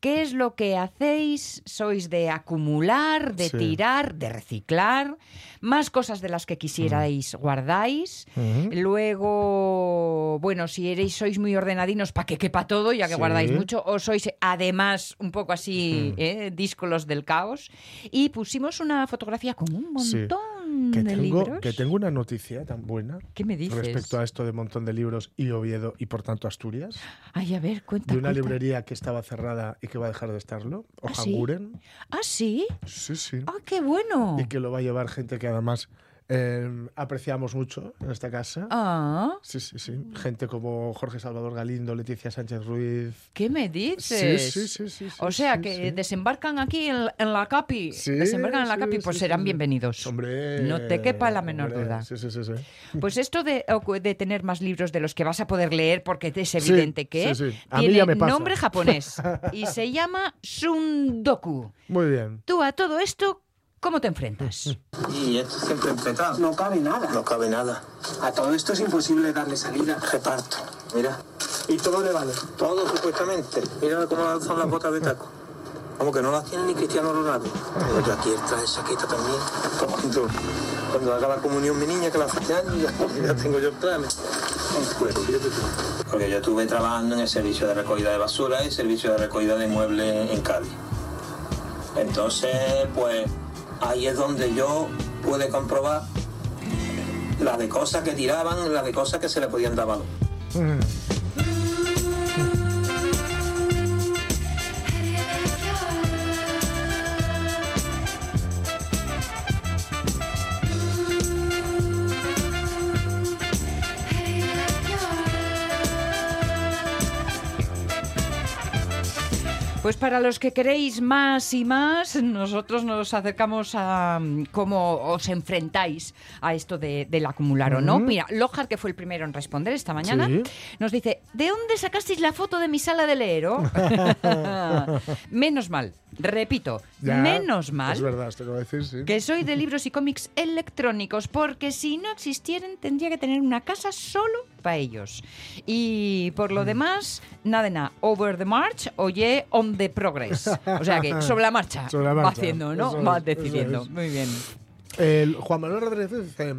[SPEAKER 1] ¿Qué es lo que hacéis? ¿Sois de acumular, de
[SPEAKER 2] Sí.
[SPEAKER 1] tirar, de reciclar? ¿Más cosas de las que
[SPEAKER 2] Hmm.
[SPEAKER 1] quisierais guardáis?
[SPEAKER 2] ¿Mm?
[SPEAKER 1] Luego, bueno, si eres, sois muy ordenadinos para que quepa todo, ya que
[SPEAKER 2] Sí.
[SPEAKER 1] guardáis mucho, o sois además un poco así, ¿eh? díscolos del caos. Y pusimos una fotografía con un
[SPEAKER 2] Sí.
[SPEAKER 1] montón
[SPEAKER 2] que,
[SPEAKER 1] de libros.
[SPEAKER 2] tengo, que tengo una noticia tan buena.
[SPEAKER 1] ¿Qué me dices?
[SPEAKER 2] Respecto a esto de montón de libros y Oviedo y por tanto Asturias,
[SPEAKER 1] Ay, a ver, cuenta.
[SPEAKER 2] de una
[SPEAKER 1] cuenta.
[SPEAKER 2] librería que estaba cerrada y que va a dejar de estarlo,
[SPEAKER 1] ¿Ah, sí?
[SPEAKER 2] Ojanguren.
[SPEAKER 1] Ah, sí.
[SPEAKER 2] Sí, sí.
[SPEAKER 1] Ah, qué bueno.
[SPEAKER 2] Y que lo va a llevar gente que además eh, apreciamos mucho en esta casa.
[SPEAKER 1] Ah,
[SPEAKER 2] Sí, sí, sí. Gente como Jorge Salvador Galindo, Leticia Sánchez Ruiz.
[SPEAKER 1] ¿qué me
[SPEAKER 2] Sí,
[SPEAKER 1] dices?
[SPEAKER 2] sí, sí, sí, sí,
[SPEAKER 1] Pues, O sea,
[SPEAKER 2] sí,
[SPEAKER 1] que
[SPEAKER 2] sí.
[SPEAKER 1] desembarcan aquí en, en la CAPI.
[SPEAKER 2] Sí,
[SPEAKER 1] desembarcan en la
[SPEAKER 2] sí,
[SPEAKER 1] CAPI, pues
[SPEAKER 2] sí,
[SPEAKER 1] serán
[SPEAKER 2] sí.
[SPEAKER 1] bienvenidos.
[SPEAKER 2] Hombre.
[SPEAKER 1] No te quepa la menor
[SPEAKER 2] hombre,
[SPEAKER 1] duda.
[SPEAKER 2] Sí, sí, sí. sí.
[SPEAKER 1] Pues esto de, ocu- de tener más libros de los que vas a poder leer, porque es
[SPEAKER 2] Sí,
[SPEAKER 1] evidente que
[SPEAKER 2] sí, sí. A mí
[SPEAKER 1] tiene
[SPEAKER 2] ya me pasa.
[SPEAKER 1] nombre japonés y se llama Sundoku.
[SPEAKER 2] Muy bien.
[SPEAKER 1] Tú a todo esto, ¿cómo te enfrentas?
[SPEAKER 4] Y es siempre empezado.
[SPEAKER 5] No cabe nada.
[SPEAKER 4] No cabe nada.
[SPEAKER 5] A todo esto es imposible darle salida.
[SPEAKER 4] Reparto. Mira. ¿Y todo le vale? Todo, supuestamente. Mira cómo son las botas de taco. Como que no las tiene ni Cristiano Ronaldo. Pero yo aquí el traje saquita también. Cuando, cuando haga la comunión mi niña, que la final, ya, ya tengo yo el traje. Bueno, fíjate tú. Porque yo estuve trabajando en el servicio de recogida de basura y servicio de recogida de muebles en Cádiz. Entonces, pues ahí es donde yo pude comprobar la de cosas que tiraban, la de cosas que se le podían dar valor.
[SPEAKER 1] Pues para los que queréis más y más, nosotros nos acercamos a mm, cómo os enfrentáis a esto de- del acumular o no. Mira, Lojar, que fue el primero en responder esta mañana,
[SPEAKER 2] Mm. Sí.
[SPEAKER 1] nos dice, ¿de dónde sacasteis la foto de mi sala de leero? menos mal, repito,
[SPEAKER 2] Ya, pues
[SPEAKER 1] menos
[SPEAKER 2] Es
[SPEAKER 1] mal
[SPEAKER 2] verdad, esto que voy a decir, sí.
[SPEAKER 1] que soy de libros y cómics electrónicos, porque si no existieran tendría que tener una casa solo para ellos. Y por
[SPEAKER 2] Mm.
[SPEAKER 1] lo demás, nada de nada, over the march o ye on the progress. O sea que sobre la marcha,
[SPEAKER 2] Sobre la
[SPEAKER 1] va
[SPEAKER 2] marcha,
[SPEAKER 1] haciendo, ¿no?
[SPEAKER 2] eso es,
[SPEAKER 1] va
[SPEAKER 2] eso
[SPEAKER 1] decidiendo.
[SPEAKER 2] es.
[SPEAKER 1] Muy bien.
[SPEAKER 2] El Juan Manuel Rodríguez dice,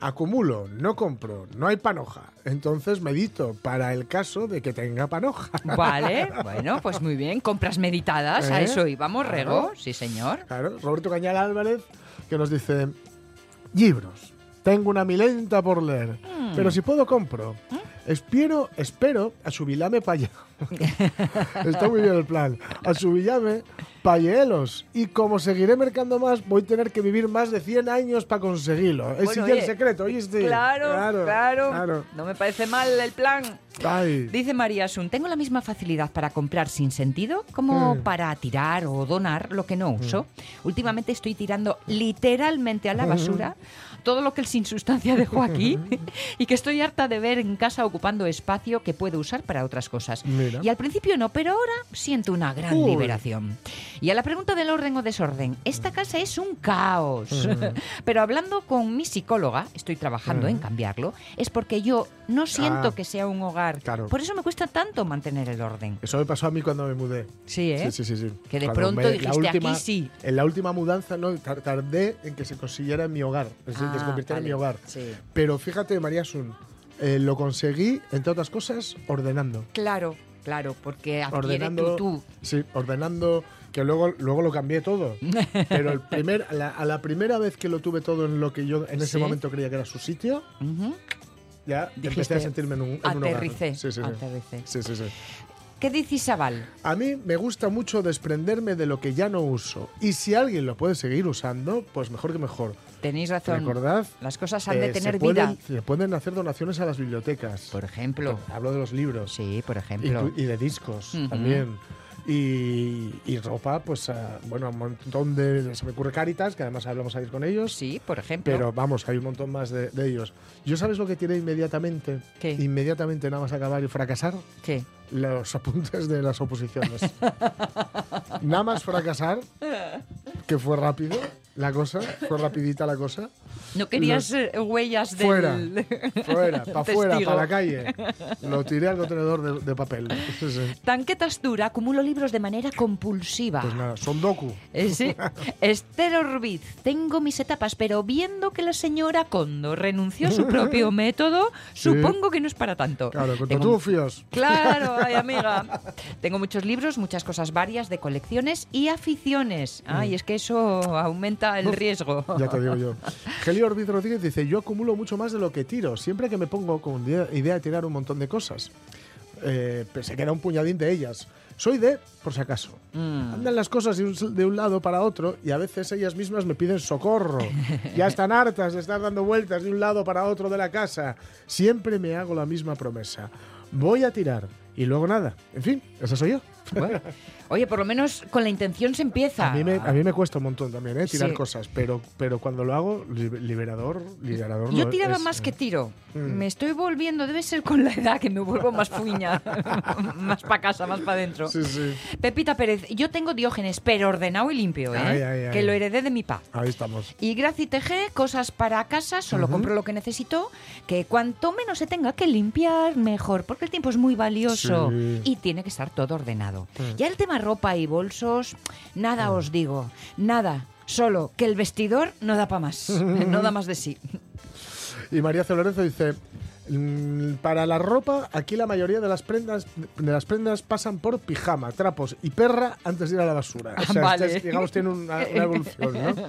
[SPEAKER 2] acumulo, no compro, no hay panoja. Entonces medito para el caso de que tenga panoja.
[SPEAKER 1] Vale, bueno, pues muy bien. Compras meditadas, a
[SPEAKER 2] ¿Eh?
[SPEAKER 1] eso íbamos, Rego.
[SPEAKER 2] Claro.
[SPEAKER 1] Sí, señor.
[SPEAKER 2] Claro, Roberto Cañal Álvarez, que nos dice, libros, tengo una milenta por leer,
[SPEAKER 1] Hmm.
[SPEAKER 2] pero si puedo compro.
[SPEAKER 1] ¿Eh?
[SPEAKER 2] Espero, espero a Subilame Paya. Está muy bien el plan. A Subilame Payelos. Y como seguiré mercando más, voy a tener que vivir más de 100 años para conseguirlo. Es
[SPEAKER 1] Bueno,
[SPEAKER 2] ya el
[SPEAKER 1] oye,
[SPEAKER 2] secreto, ¿oíste?
[SPEAKER 1] Claro, claro, No me parece mal el plan.
[SPEAKER 2] Ay.
[SPEAKER 1] Dice María Sun, tengo la misma facilidad para comprar sin sentido como para tirar o donar lo que no
[SPEAKER 2] Mm.
[SPEAKER 1] uso. Últimamente estoy tirando literalmente
[SPEAKER 2] Mm.
[SPEAKER 1] a la basura todo lo que el sin sustancia dejó aquí y que estoy harta de ver en casa ocupando espacio que puedo usar para otras cosas.
[SPEAKER 2] Mira.
[SPEAKER 1] Y al principio no, pero ahora siento una gran
[SPEAKER 2] Uy.
[SPEAKER 1] liberación. Y a la pregunta del orden o desorden, esta
[SPEAKER 2] Mm.
[SPEAKER 1] casa es un caos. pero hablando con mi psicóloga, estoy trabajando en cambiarlo, es porque yo no siento
[SPEAKER 2] Mm. Ah.
[SPEAKER 1] que sea un hogar.
[SPEAKER 2] Claro.
[SPEAKER 1] Por eso me cuesta tanto mantener el orden.
[SPEAKER 2] Eso me pasó a mí cuando me mudé.
[SPEAKER 1] Sí, ¿eh?
[SPEAKER 2] Sí, sí, sí, sí.
[SPEAKER 1] Que de
[SPEAKER 2] Cuando
[SPEAKER 1] pronto
[SPEAKER 2] la
[SPEAKER 1] dijiste, "Aquí sí".
[SPEAKER 2] En la última mudanza no Tar- tardé en que se consiguiera en mi hogar, es decir, que se
[SPEAKER 1] Ah,
[SPEAKER 2] convirtiera en
[SPEAKER 1] vale.
[SPEAKER 2] mi hogar.
[SPEAKER 1] Sí.
[SPEAKER 2] Pero fíjate, María Sun, eh, lo conseguí, entre otras cosas, ordenando.
[SPEAKER 1] Claro, claro, porque adquiere tú,
[SPEAKER 2] Ordenando,
[SPEAKER 1] tú.
[SPEAKER 2] Sí, ordenando, que luego, luego lo cambié todo. Pero el primer, a, la, a la primera vez que lo tuve todo en lo que yo en
[SPEAKER 1] Sí.
[SPEAKER 2] ese momento creía que era su sitio,
[SPEAKER 1] Ujú.
[SPEAKER 2] ya
[SPEAKER 1] Dijiste,
[SPEAKER 2] empecé a sentirme en un, en un hogar.
[SPEAKER 1] aterricé,
[SPEAKER 2] Sí, sí, sí.
[SPEAKER 1] aterricé.
[SPEAKER 2] Sí, sí, sí.
[SPEAKER 1] ¿Qué dice Isabel?
[SPEAKER 2] A mí me gusta mucho desprenderme de lo que ya no uso. Y si alguien lo puede seguir usando, pues mejor que mejor.
[SPEAKER 1] Tenéis razón.
[SPEAKER 2] Recordad,
[SPEAKER 1] Las cosas han de
[SPEAKER 2] eh, se
[SPEAKER 1] tener
[SPEAKER 2] pueden-
[SPEAKER 1] vida.
[SPEAKER 2] Se pueden hacer donaciones a las bibliotecas.
[SPEAKER 1] Por ejemplo.
[SPEAKER 2] Hablo de los libros.
[SPEAKER 1] Sí, por
[SPEAKER 2] Y,
[SPEAKER 1] ejemplo.
[SPEAKER 2] y de discos
[SPEAKER 1] Ujú.
[SPEAKER 2] también. Y, y ropa, pues, a- bueno, un montón de... Se me ocurre Caritas, que además hablamos ayer con ellos.
[SPEAKER 1] Sí, por ejemplo.
[SPEAKER 2] Pero vamos, hay un montón más de, de ellos. ¿Yo sabes lo que tiene inmediatamente?
[SPEAKER 1] ¿Qué?
[SPEAKER 2] Inmediatamente nada más acabar y fracasar
[SPEAKER 1] ¿Qué?
[SPEAKER 2] los apuntes de las oposiciones. Nada más fracasar, que fue rápido la cosa, fue rapidita la cosa.
[SPEAKER 1] ¿No querías eh, huellas del...
[SPEAKER 2] Fuera, fuera, para fuera,
[SPEAKER 1] Testigo.
[SPEAKER 2] para la calle. Lo tiré al contenedor de, de papel. Sí, sí.
[SPEAKER 1] Tanquetas dura, acumulo libros de manera compulsiva.
[SPEAKER 2] Pues nada, son doku.
[SPEAKER 1] Eh, Sí. Esther Orbiz, tengo mis etapas, pero viendo que la señora Condo renunció a su propio método, supongo que no es para tanto.
[SPEAKER 2] Claro, con
[SPEAKER 1] Tengo-
[SPEAKER 2] tutufios.
[SPEAKER 1] Claro, ay amiga. Tengo muchos libros, muchas cosas varias de colecciones y aficiones. Ay, es que eso aumenta el riesgo.
[SPEAKER 2] Mm. Ya te digo yo. Gelio Ortiz Rodríguez dice, yo acumulo mucho más de lo que tiro, siempre que me pongo con idea idea de tirar un montón de cosas. Eh, pero se queda un puñadín de ellas. Soy de, por si acaso.
[SPEAKER 1] Mm.
[SPEAKER 2] Andan las cosas de un, de un lado para otro y a veces ellas mismas me piden socorro. Ya están hartas de estar dando vueltas de un lado para otro de la casa. Siempre me hago la misma promesa. Voy a tirar y luego nada. En fin, esa soy yo.
[SPEAKER 1] Bueno. Oye, por lo menos con la intención se empieza.
[SPEAKER 2] A mí me, a mí me cuesta un montón también, ¿eh? Tirar
[SPEAKER 1] Sí.
[SPEAKER 2] cosas, pero, pero cuando lo hago, li- liberador, liberador.
[SPEAKER 1] Yo
[SPEAKER 2] no
[SPEAKER 1] tiraba
[SPEAKER 2] es,
[SPEAKER 1] más
[SPEAKER 2] eh.
[SPEAKER 1] que tiro. Me estoy volviendo, debe ser con la edad que me vuelvo más fuña, más para casa, más para adentro.
[SPEAKER 2] Sí, sí.
[SPEAKER 1] Pepita Pérez, yo tengo diógenes, pero ordenado y limpio, ¿eh?
[SPEAKER 2] Ay, ay, ay.
[SPEAKER 1] que lo heredé de mi pa.
[SPEAKER 2] Ahí estamos.
[SPEAKER 1] Y Graci TG, cosas para casa, solo compro lo que necesito, que cuanto menos se tenga que limpiar, mejor, porque el tiempo es muy valioso
[SPEAKER 2] Sí.
[SPEAKER 1] y tiene que estar todo ordenado. Ya el tema ropa y bolsos, nada
[SPEAKER 2] Mm.
[SPEAKER 1] os digo, nada, solo que el vestidor no da para más, no da más de sí.
[SPEAKER 2] Y María C. Lorenzo dice, "Mm, para la ropa, aquí la mayoría de las prendas de las prendas pasan por pijama, trapos y perra antes de ir a la basura. O sea,
[SPEAKER 1] Ah, vale.
[SPEAKER 2] estas, digamos, tienen una, una evolución, ¿no?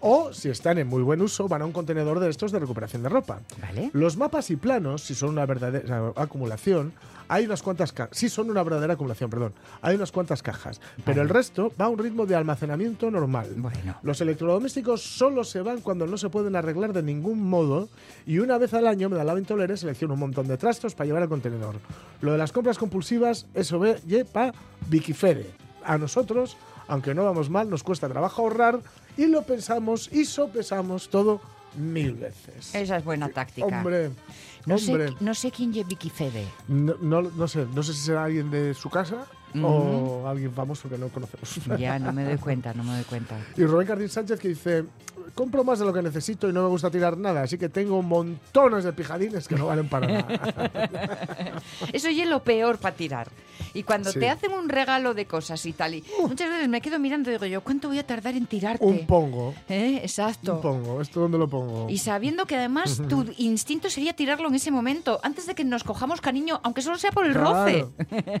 [SPEAKER 2] O, si están en muy buen uso, van a un contenedor de estos de recuperación de ropa.
[SPEAKER 1] Vale.
[SPEAKER 2] Los mapas y planos, si son una verdadera acumulación, hay unas cuantas ca- sí son una verdadera acumulación, perdón. Hay unas cuantas cajas, pero el resto va a un ritmo de almacenamiento normal.
[SPEAKER 1] Bueno.
[SPEAKER 2] Los electrodomésticos solo se van cuando no se pueden arreglar de ningún modo y una vez al año me da la ventolera selecciono un montón de trastos para llevar al contenedor. Lo de las compras compulsivas, eso ve, ye, pa, Vikifede. A nosotros, aunque no vamos mal, nos cuesta trabajo ahorrar y lo pensamos y sopesamos todo mil veces.
[SPEAKER 1] Esa es buena táctica.
[SPEAKER 2] Hombre,
[SPEAKER 1] no,
[SPEAKER 2] hombre.
[SPEAKER 1] Sé, no sé quién lleva Vicky Fede.
[SPEAKER 2] No, no, no sé, no sé si será alguien de su casa o alguien famoso que no conocemos.
[SPEAKER 1] Ya, no me doy cuenta, no me doy cuenta.
[SPEAKER 2] Y Rubén Cardín Sánchez que dice, compro más de lo que necesito y no me gusta tirar nada, así que tengo montones de pijadines que no valen para nada.
[SPEAKER 1] Eso ya es lo peor para tirar. Y cuando
[SPEAKER 2] Sí.
[SPEAKER 1] te hacen un regalo de cosas y tal, y muchas veces me quedo mirando y digo yo, ¿cuánto voy a tardar en tirarte?
[SPEAKER 2] Un pongo,
[SPEAKER 1] ¿Eh?
[SPEAKER 2] un
[SPEAKER 1] Exacto.
[SPEAKER 2] pongo, ¿esto dónde lo pongo?
[SPEAKER 1] Y sabiendo que además tu instinto sería tirarlo en ese momento, antes de que nos cojamos cariño, aunque solo sea por el roce.
[SPEAKER 2] Claro,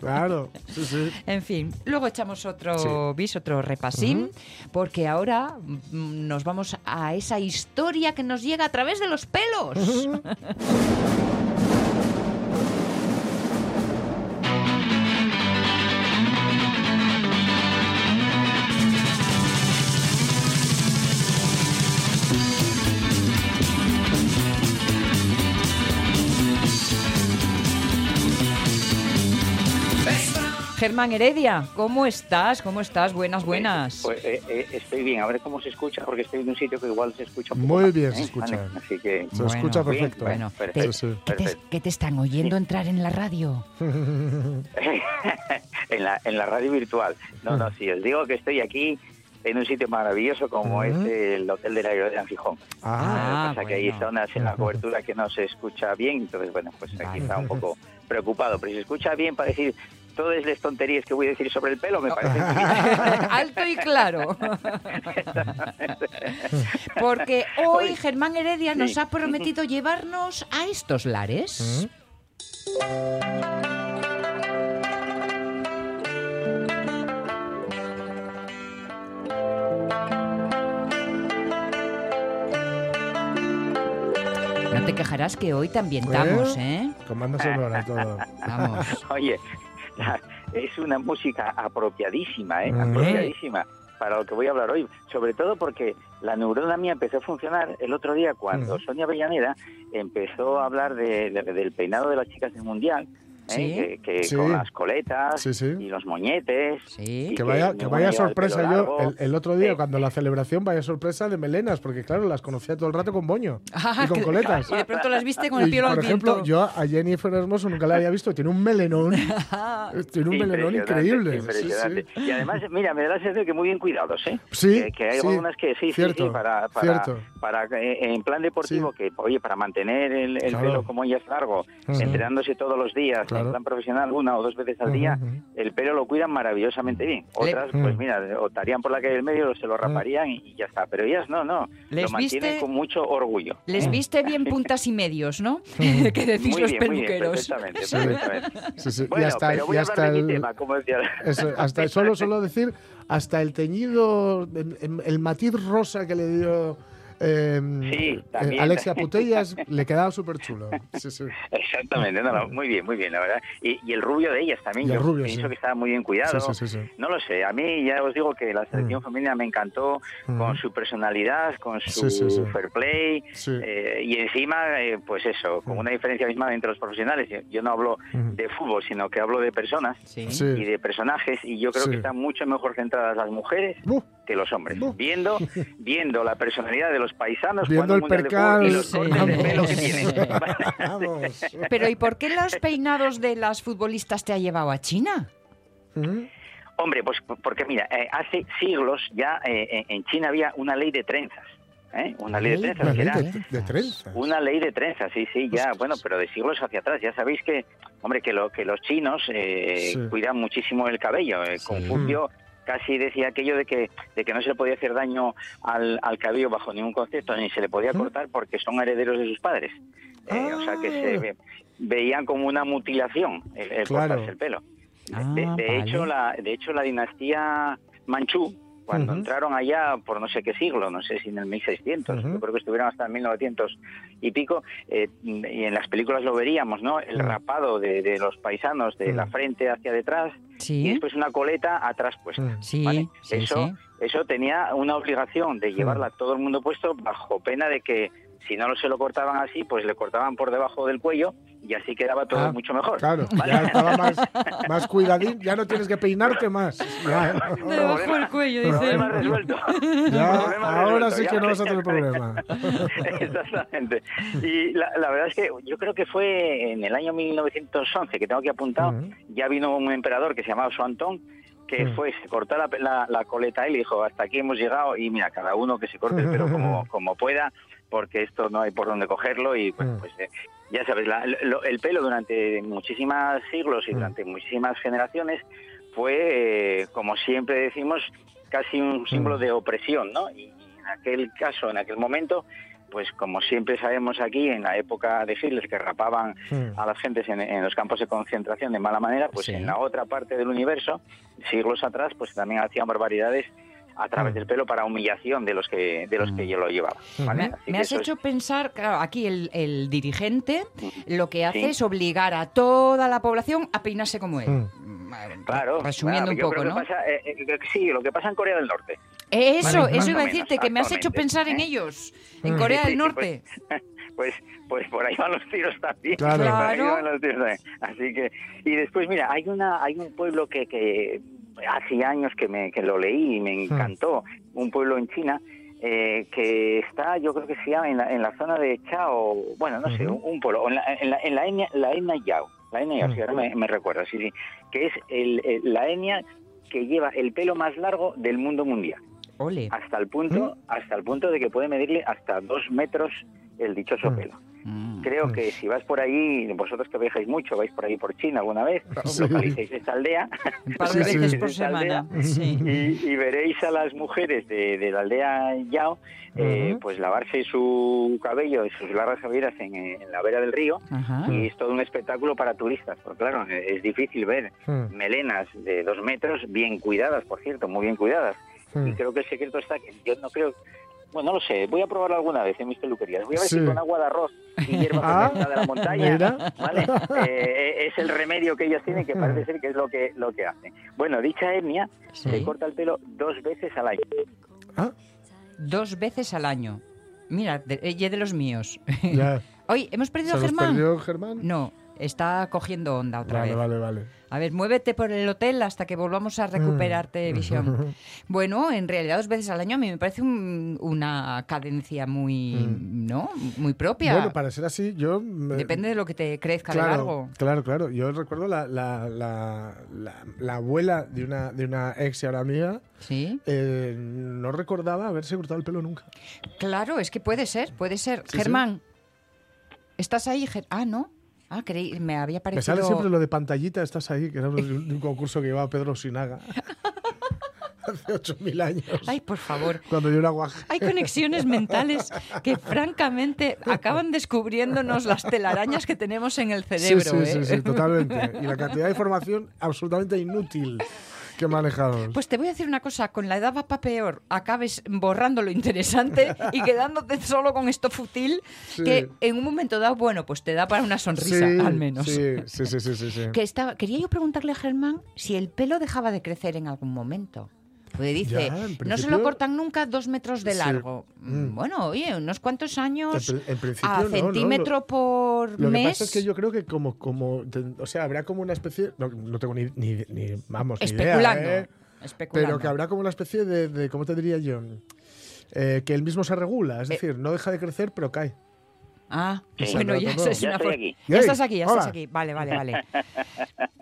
[SPEAKER 2] Claro, sí, sí.
[SPEAKER 1] En fin, luego echamos otro
[SPEAKER 2] Sí.
[SPEAKER 1] bis, otro repasín, porque ahora mm, nos vamos a esa historia que nos llega a través de los pelos. Germán Heredia, ¿cómo estás? ¿Cómo estás? Buenas, buenas.
[SPEAKER 6] Pues eh, eh, estoy bien, a ver cómo se escucha, porque estoy en un sitio que igual se escucha. un poco
[SPEAKER 2] Muy
[SPEAKER 6] más,
[SPEAKER 2] bien se
[SPEAKER 6] ¿eh?
[SPEAKER 2] escucha.
[SPEAKER 6] Vale, Así que.
[SPEAKER 2] Se escucha
[SPEAKER 6] Bien,
[SPEAKER 2] perfecto.
[SPEAKER 1] Bueno,
[SPEAKER 6] perfecto,
[SPEAKER 1] te-
[SPEAKER 2] Sí, sí.
[SPEAKER 1] ¿qué, te,
[SPEAKER 6] perfecto.
[SPEAKER 1] qué te están oyendo entrar en la radio?
[SPEAKER 6] en, la, en la radio virtual. No, no, sí, os digo que estoy aquí en un sitio maravilloso como
[SPEAKER 2] Ujú.
[SPEAKER 6] es el Hotel del Aeropuerto de Gijón.
[SPEAKER 2] Ah,
[SPEAKER 1] Ah,
[SPEAKER 6] Lo que pasa es que hay
[SPEAKER 1] bueno.
[SPEAKER 6] zonas en la cobertura que no se escucha bien, entonces, bueno, pues aquí está un poco preocupado. Pero si se escucha bien para decir todas las tonterías que voy a decir sobre el pelo, me parece que
[SPEAKER 1] Alto y claro. Porque hoy
[SPEAKER 6] Hoy.
[SPEAKER 1] Germán Heredia
[SPEAKER 6] Sí.
[SPEAKER 1] nos ha prometido llevarnos a estos lares.
[SPEAKER 2] ¿eh? Mm.
[SPEAKER 1] No te quejarás que hoy te ambientamos, ¿eh?
[SPEAKER 2] con banda sonora y todo.
[SPEAKER 1] Vamos.
[SPEAKER 6] Oye, la- es una música apropiadísima, ¿eh?
[SPEAKER 2] Ujú.
[SPEAKER 6] Apropiadísima para lo que voy a hablar hoy. Sobre todo porque la neurona mía empezó a funcionar el otro día cuando Sonia Avellaneda empezó a hablar de- de- del peinado de las chicas del Mundial. ¿eh?
[SPEAKER 1] Sí.
[SPEAKER 6] Que, que
[SPEAKER 2] Sí.
[SPEAKER 6] con las coletas
[SPEAKER 2] Sí, sí.
[SPEAKER 6] y los moñetes.
[SPEAKER 1] Sí.
[SPEAKER 6] y
[SPEAKER 2] Que vaya,
[SPEAKER 6] mi
[SPEAKER 2] que
[SPEAKER 6] mamá
[SPEAKER 2] vaya
[SPEAKER 6] llevaba el pelo
[SPEAKER 2] sorpresa yo
[SPEAKER 6] largo.
[SPEAKER 2] el, el otro día,
[SPEAKER 6] Eh,
[SPEAKER 2] cuando la celebración, vaya sorpresa de melenas, porque claro, las conocía todo el rato con boño y con coletas.
[SPEAKER 1] Y de pronto las viste con el
[SPEAKER 2] Y,
[SPEAKER 1] pelo al
[SPEAKER 2] por ejemplo,
[SPEAKER 1] viento.
[SPEAKER 2] yo a Jennifer Hermoso nunca la había visto. Tiene un melenón.
[SPEAKER 1] Ah,
[SPEAKER 2] tiene un melenón
[SPEAKER 6] Impresionante,
[SPEAKER 2] increíble. Sí,
[SPEAKER 6] impresionante.
[SPEAKER 2] sí.
[SPEAKER 6] Y además, mira, me da la sensación que muy bien cuidados, ¿eh?
[SPEAKER 2] Sí,
[SPEAKER 6] Que, que hay
[SPEAKER 2] sí,
[SPEAKER 6] algunas que sí, sí,
[SPEAKER 2] cierto,
[SPEAKER 6] sí, para, para,
[SPEAKER 2] cierto.
[SPEAKER 6] para, eh, en plan deportivo, que, oye, para mantener el, el
[SPEAKER 2] Claro.
[SPEAKER 6] pelo como ella es largo,
[SPEAKER 2] Ujú.
[SPEAKER 6] entrenándose todos los días,
[SPEAKER 2] Claro.
[SPEAKER 6] en plan profesional, una o dos veces al
[SPEAKER 2] Ujú,
[SPEAKER 6] día,
[SPEAKER 2] ujú.
[SPEAKER 6] el pelo lo cuidan maravillosamente bien.
[SPEAKER 1] Le-
[SPEAKER 6] Otras,
[SPEAKER 2] Mm.
[SPEAKER 6] pues mira, optarían por la calle del medio, se lo raparían y ya está. Pero ellas no, no.
[SPEAKER 1] ¿Les
[SPEAKER 6] lo mantienen
[SPEAKER 1] viste?
[SPEAKER 6] con mucho orgullo.
[SPEAKER 1] Les viste bien puntas y medios, ¿no?
[SPEAKER 2] Mm.
[SPEAKER 1] que decís
[SPEAKER 6] Muy
[SPEAKER 1] los
[SPEAKER 6] bien, muy bien,
[SPEAKER 1] peluqueros.
[SPEAKER 6] perfectamente,
[SPEAKER 2] Sí.
[SPEAKER 6] perfectamente.
[SPEAKER 2] Sí, sí.
[SPEAKER 6] Bueno,
[SPEAKER 2] y hasta,
[SPEAKER 6] pero voy
[SPEAKER 2] y
[SPEAKER 6] a
[SPEAKER 2] hasta
[SPEAKER 6] hablar de mi
[SPEAKER 2] el,
[SPEAKER 6] tema, como decía. la-
[SPEAKER 2] eso, hasta- solo, solo decir, hasta el teñido, em- em- el, matiz rosa que le dio eh,
[SPEAKER 6] Sí,
[SPEAKER 2] eh,
[SPEAKER 6] también.
[SPEAKER 2] Alexia Putellas le quedaba súper chulo. Sí, sí.
[SPEAKER 6] Exactamente, no, no, muy bien, muy bien, la verdad. Y, y el rubio de ellas también,
[SPEAKER 2] Y el
[SPEAKER 6] yo
[SPEAKER 2] rubio,
[SPEAKER 6] pienso
[SPEAKER 2] sí.
[SPEAKER 6] que estaba muy bien cuidado.
[SPEAKER 2] Sí, Mm. sí, sí, sí.
[SPEAKER 6] No lo sé, a mí ya os digo que la selección femenina me encantó
[SPEAKER 2] Ujú.
[SPEAKER 6] con su personalidad, con su
[SPEAKER 2] Mm. Sí, sí, sí.
[SPEAKER 6] fair play
[SPEAKER 2] Sí. Mm.
[SPEAKER 6] eh, y encima, eh, pues eso, con una diferencia misma entre los profesionales. Yo- Yo no hablo
[SPEAKER 2] Ujú.
[SPEAKER 6] de fútbol, sino que hablo de personas
[SPEAKER 1] Sí.
[SPEAKER 2] Sí.
[SPEAKER 6] y de personajes y yo creo
[SPEAKER 2] Sí.
[SPEAKER 6] que están mucho mejor centradas las mujeres
[SPEAKER 2] Uh,
[SPEAKER 6] que los hombres.
[SPEAKER 2] No.
[SPEAKER 6] Viendo, viendo la personalidad de los paisanos,
[SPEAKER 2] Viendo
[SPEAKER 6] cuando
[SPEAKER 2] el
[SPEAKER 6] Mundial de Fútbol
[SPEAKER 2] percal.
[SPEAKER 6] y los cortes de
[SPEAKER 1] Vamos.
[SPEAKER 6] pelo que tienen.
[SPEAKER 2] Vamos.
[SPEAKER 1] Pero ¿y por qué los peinados de las futbolistas te ha llevado a China?
[SPEAKER 2] Ujú.
[SPEAKER 6] Hombre, pues porque mira, eh, hace siglos ya eh, en en China había una ley de trenzas. ¿eh? Una ley de
[SPEAKER 2] Una
[SPEAKER 6] trenzas que
[SPEAKER 2] ley
[SPEAKER 6] era
[SPEAKER 2] de, de trenzas.
[SPEAKER 6] Una ley de trenza, sí, sí, ya, bueno, pero de siglos hacia atrás. Ya sabéis que, hombre, que, lo, que los chinos eh,
[SPEAKER 2] Sí.
[SPEAKER 6] cuidan muchísimo el cabello. eh, Confucio casi decía aquello de que, de que no se le podía hacer daño al, al cabello bajo ningún concepto, ni se le
[SPEAKER 2] ¿Eh?
[SPEAKER 6] podía cortar porque son herederos de sus padres. Eh, O sea, que se
[SPEAKER 2] Ah.
[SPEAKER 6] ve- veían como una mutilación el, el
[SPEAKER 2] Claro.
[SPEAKER 6] cortarse el pelo. De,
[SPEAKER 1] Ah,
[SPEAKER 6] de- de
[SPEAKER 1] vale.
[SPEAKER 6] hecho, la, de hecho, la dinastía Manchú, cuando
[SPEAKER 2] Ujú.
[SPEAKER 6] entraron allá por no sé qué siglo, no sé si en el 1600,
[SPEAKER 2] Ujú.
[SPEAKER 6] yo creo que estuvieron hasta el 1900 y pico, eh, y en las películas lo veríamos, ¿no? El
[SPEAKER 1] Mm.
[SPEAKER 2] Ujú.
[SPEAKER 6] rapado de, de los paisanos de la frente hacia detrás y
[SPEAKER 1] Sí, Mm.
[SPEAKER 6] después una coleta atrás puesta.
[SPEAKER 2] Ujú.
[SPEAKER 1] sí,
[SPEAKER 6] ¿vale?
[SPEAKER 1] sí,
[SPEAKER 6] eso,
[SPEAKER 1] sí.
[SPEAKER 6] eso tenía una obligación de llevarla todo el mundo puesto bajo pena de que si no se lo cortaban así, pues le cortaban por debajo del cuello y así quedaba todo
[SPEAKER 2] Ah,
[SPEAKER 6] mucho mejor.
[SPEAKER 2] Claro,
[SPEAKER 6] ¿vale?
[SPEAKER 2] ya estaba más, más cuidadín, ya no tienes que peinarte más. Ya,
[SPEAKER 6] Debajo del
[SPEAKER 1] cuello,
[SPEAKER 6] Problema resuelto.
[SPEAKER 2] ya,
[SPEAKER 6] Problema
[SPEAKER 2] ahora
[SPEAKER 6] resuelto,
[SPEAKER 2] sí
[SPEAKER 6] ya.
[SPEAKER 2] que no vas a tener problema.
[SPEAKER 6] Exactamente. Y la, la verdad es que yo creo que fue en el año 1911, que tengo aquí apuntado,
[SPEAKER 2] Ujú.
[SPEAKER 6] ya vino un emperador que se llamaba Suantón, que
[SPEAKER 2] Ujú.
[SPEAKER 6] fue, se cortó la, la- la coleta a él y dijo, hasta aquí hemos llegado y mira, cada uno que se corte, pero como, como pueda, porque esto no hay por dónde cogerlo y pues,
[SPEAKER 2] Ujú.
[SPEAKER 6] pues, eh, ya sabes, la- lo- el pelo durante muchísimos siglos y
[SPEAKER 2] Ujú.
[SPEAKER 6] durante muchísimas generaciones fue, eh, como siempre decimos, casi un símbolo de opresión, ¿no? Y en aquel caso, en aquel momento, pues como siempre sabemos aquí, en la época de Hitler, que rapaban
[SPEAKER 2] Mm.
[SPEAKER 6] a las gentes en, en los campos de concentración de mala manera, pues
[SPEAKER 1] Sí.
[SPEAKER 6] en la otra parte del universo, siglos atrás, pues también hacían barbaridades a través
[SPEAKER 2] Mm.
[SPEAKER 6] del pelo para humillación de los que de los que yo lo llevaba. ¿vale?
[SPEAKER 1] Mm. Me,
[SPEAKER 6] Así
[SPEAKER 1] me
[SPEAKER 6] que
[SPEAKER 1] has
[SPEAKER 6] eso es- Mm.
[SPEAKER 1] hecho pensar, claro, aquí el, el dirigente lo que hace
[SPEAKER 6] Sí.
[SPEAKER 1] es obligar a toda la población a peinarse como él.
[SPEAKER 2] Mm.
[SPEAKER 1] Vale,
[SPEAKER 6] Claro,
[SPEAKER 1] Resumiendo
[SPEAKER 6] claro,
[SPEAKER 1] un
[SPEAKER 6] yo
[SPEAKER 1] poco, ¿no?
[SPEAKER 6] creo que pasa, eh, eh, que sí, lo que pasa en Corea del Norte.
[SPEAKER 1] Eh, Eso,
[SPEAKER 2] Vale, más
[SPEAKER 1] eso
[SPEAKER 2] o
[SPEAKER 1] iba a
[SPEAKER 6] menos,
[SPEAKER 1] decirte, que me has hecho
[SPEAKER 6] actualmente,
[SPEAKER 1] pensar en
[SPEAKER 6] ¿eh?
[SPEAKER 1] ellos, en
[SPEAKER 2] Mm.
[SPEAKER 1] Corea
[SPEAKER 6] Sí,
[SPEAKER 1] del
[SPEAKER 6] sí,
[SPEAKER 1] Norte.
[SPEAKER 6] Pues, pues por ahí van los tiros también.
[SPEAKER 2] Claro.
[SPEAKER 6] Por ahí
[SPEAKER 1] Claro.
[SPEAKER 6] van los tiros también. Así que, y después, mira, hay una, hay un pueblo que, que hace años que me, que lo leí y me encantó, un pueblo en China. eh, que está, yo creo que se llama en la, en la zona de Chao, bueno, no sé, un, un pueblo, en la, en la, en la etnia, la etnia Yao, la etnia Yao,
[SPEAKER 2] Ujú.
[SPEAKER 6] si ahora me, me recuerda, sí, sí, que es el- el- la etnia que lleva el pelo más largo del mundo mundial
[SPEAKER 1] Ole.
[SPEAKER 6] hasta el
[SPEAKER 2] ¿Mm?
[SPEAKER 6] punto hasta el punto de que puede medirle hasta dos metros el dichoso
[SPEAKER 2] Mm. Pues
[SPEAKER 6] pelo.
[SPEAKER 1] Mm.
[SPEAKER 6] Creo que si vais por allí, vosotros que viajáis mucho, vais por ahí por China alguna vez,
[SPEAKER 2] Sí.
[SPEAKER 6] localicéis esta aldea
[SPEAKER 1] Un par
[SPEAKER 2] Sí,
[SPEAKER 1] de
[SPEAKER 2] sí.
[SPEAKER 1] veces por
[SPEAKER 6] Esta
[SPEAKER 1] semana.
[SPEAKER 2] Mm.
[SPEAKER 6] aldea.
[SPEAKER 1] Sí.
[SPEAKER 6] y, y veréis a las mujeres de, de la aldea Yao eh,
[SPEAKER 2] Ujú.
[SPEAKER 6] pues lavarse su cabello y sus largas cabelleras en, eh, en la vera del río
[SPEAKER 1] Ajá.
[SPEAKER 6] y es todo un espectáculo para turistas, porque claro, es difícil ver
[SPEAKER 2] Mm.
[SPEAKER 6] melenas de dos metros, bien cuidadas, por cierto, muy bien cuidadas.
[SPEAKER 2] Mm.
[SPEAKER 6] Y creo que el secreto está que yo no creo. Bueno, no lo sé, voy a probarlo alguna vez en mis peluquerías. Voy a ver
[SPEAKER 2] Sí.
[SPEAKER 6] si con agua de arroz y hierba
[SPEAKER 2] Ah,
[SPEAKER 6] fermentada de la montaña.
[SPEAKER 2] mira. Mm.
[SPEAKER 6] ¿vale? Eh, eh, es el remedio que ellos tienen, que parece ser que es lo que, lo que hacen. Bueno, dicha etnia
[SPEAKER 1] Sí.
[SPEAKER 6] se corta el pelo dos veces al año.
[SPEAKER 2] Ah,
[SPEAKER 1] Dos veces al año. Mira, de, eh, ye de los míos.
[SPEAKER 2] ya.
[SPEAKER 1] Oye, ¿hemos perdido
[SPEAKER 2] ¿Se
[SPEAKER 1] a
[SPEAKER 2] los
[SPEAKER 1] Germán?
[SPEAKER 2] perdió Germán?
[SPEAKER 1] No, está cogiendo onda otra
[SPEAKER 2] Vale,
[SPEAKER 1] vez.
[SPEAKER 2] vale, vale.
[SPEAKER 1] A ver, muévete por el hotel hasta que volvamos a recuperarte,
[SPEAKER 2] Mm.
[SPEAKER 1] visión. Bueno, en realidad dos veces al año a mí me parece un- una cadencia muy, ¿no? Muy propia.
[SPEAKER 2] Mm. Bueno, para ser así, yo... me-
[SPEAKER 1] Depende de lo que te crezca de largo.
[SPEAKER 2] Claro, claro. Yo recuerdo la, la, la, la, la abuela de una, de una ex y ahora amiga.
[SPEAKER 1] Sí.
[SPEAKER 2] eh, no recordaba haberse cortado el pelo nunca.
[SPEAKER 1] Claro, es que puede ser, puede ser.
[SPEAKER 2] Sí,
[SPEAKER 1] Germán, ¿estás ahí? Ger- ah, no. Ah, creí, me había
[SPEAKER 2] Me sale
[SPEAKER 1] parecido.
[SPEAKER 2] siempre lo de pantallita, estás ahí, que era un, un concurso que llevaba Pedro Sinaga hace 8.000 años.
[SPEAKER 1] Ay, por favor.
[SPEAKER 2] Cuando yo era guaje.
[SPEAKER 1] Hay conexiones mentales que francamente acaban descubriéndonos las telarañas que tenemos en el
[SPEAKER 2] Sí,
[SPEAKER 1] cerebro.
[SPEAKER 2] sí,
[SPEAKER 1] ¿eh?
[SPEAKER 2] sí, sí, totalmente. Y la cantidad de información absolutamente inútil que manejamos.
[SPEAKER 1] Pues te voy a decir una cosa, con la edad va para peor, acabes borrando lo interesante y quedándote solo con esto fútil
[SPEAKER 2] Sí.
[SPEAKER 1] que en un momento dado, bueno, pues te da para una sonrisa,
[SPEAKER 2] Sí,
[SPEAKER 1] al menos.
[SPEAKER 2] Sí, sí, sí, sí, sí, sí.
[SPEAKER 1] Que estaba, quería yo preguntarle a Germán si el pelo dejaba de crecer en algún momento. Pues dice,
[SPEAKER 2] Ya, en
[SPEAKER 1] no se
[SPEAKER 2] principio-
[SPEAKER 1] lo cortan nunca dos metros de
[SPEAKER 2] Sí.
[SPEAKER 1] largo.
[SPEAKER 2] Mm.
[SPEAKER 1] Bueno, oye, unos cuantos años
[SPEAKER 2] En pri- en principio
[SPEAKER 1] a
[SPEAKER 2] no, no, lo-
[SPEAKER 1] centímetro por
[SPEAKER 2] Lo que
[SPEAKER 1] mes.
[SPEAKER 2] pasa es que yo creo que como, como ten- o sea, habrá como una especie, no, no tengo ni, ni, ni- vamos, ni idea,
[SPEAKER 1] especulando,
[SPEAKER 2] ¿eh?
[SPEAKER 1] especulando.
[SPEAKER 2] pero que habrá como una especie de, de- ¿cómo te diría yo? Eh, que él mismo se regula, es
[SPEAKER 1] Eh.
[SPEAKER 2] decir, no deja de crecer, pero cae.
[SPEAKER 1] Ah,
[SPEAKER 6] Sí.
[SPEAKER 1] bueno,
[SPEAKER 2] Exacto,
[SPEAKER 1] ya,
[SPEAKER 2] no.
[SPEAKER 1] esa es
[SPEAKER 6] Ya
[SPEAKER 1] una
[SPEAKER 6] estoy
[SPEAKER 1] for-
[SPEAKER 6] aquí.
[SPEAKER 1] Ya
[SPEAKER 2] Ey,
[SPEAKER 1] estás aquí, ya estás
[SPEAKER 2] hola.
[SPEAKER 1] aquí. Vale, vale, vale.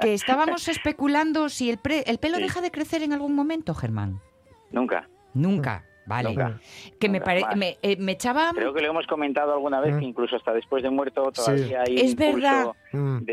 [SPEAKER 1] que estábamos especulando si el, pre- el pelo
[SPEAKER 6] Sí.
[SPEAKER 1] deja de crecer en algún momento, Germán.
[SPEAKER 6] Nunca.
[SPEAKER 1] Nunca,
[SPEAKER 2] Mm.
[SPEAKER 1] vale.
[SPEAKER 6] Nunca.
[SPEAKER 1] Que me,
[SPEAKER 6] Nunca,
[SPEAKER 1] pare-
[SPEAKER 6] vale.
[SPEAKER 1] me, eh, me echaba...
[SPEAKER 6] Creo que lo hemos comentado alguna vez,
[SPEAKER 2] Mm.
[SPEAKER 6] que incluso hasta después de muerto todavía hay
[SPEAKER 1] Es
[SPEAKER 6] un pulso
[SPEAKER 1] verdad.
[SPEAKER 2] Mm.
[SPEAKER 6] de,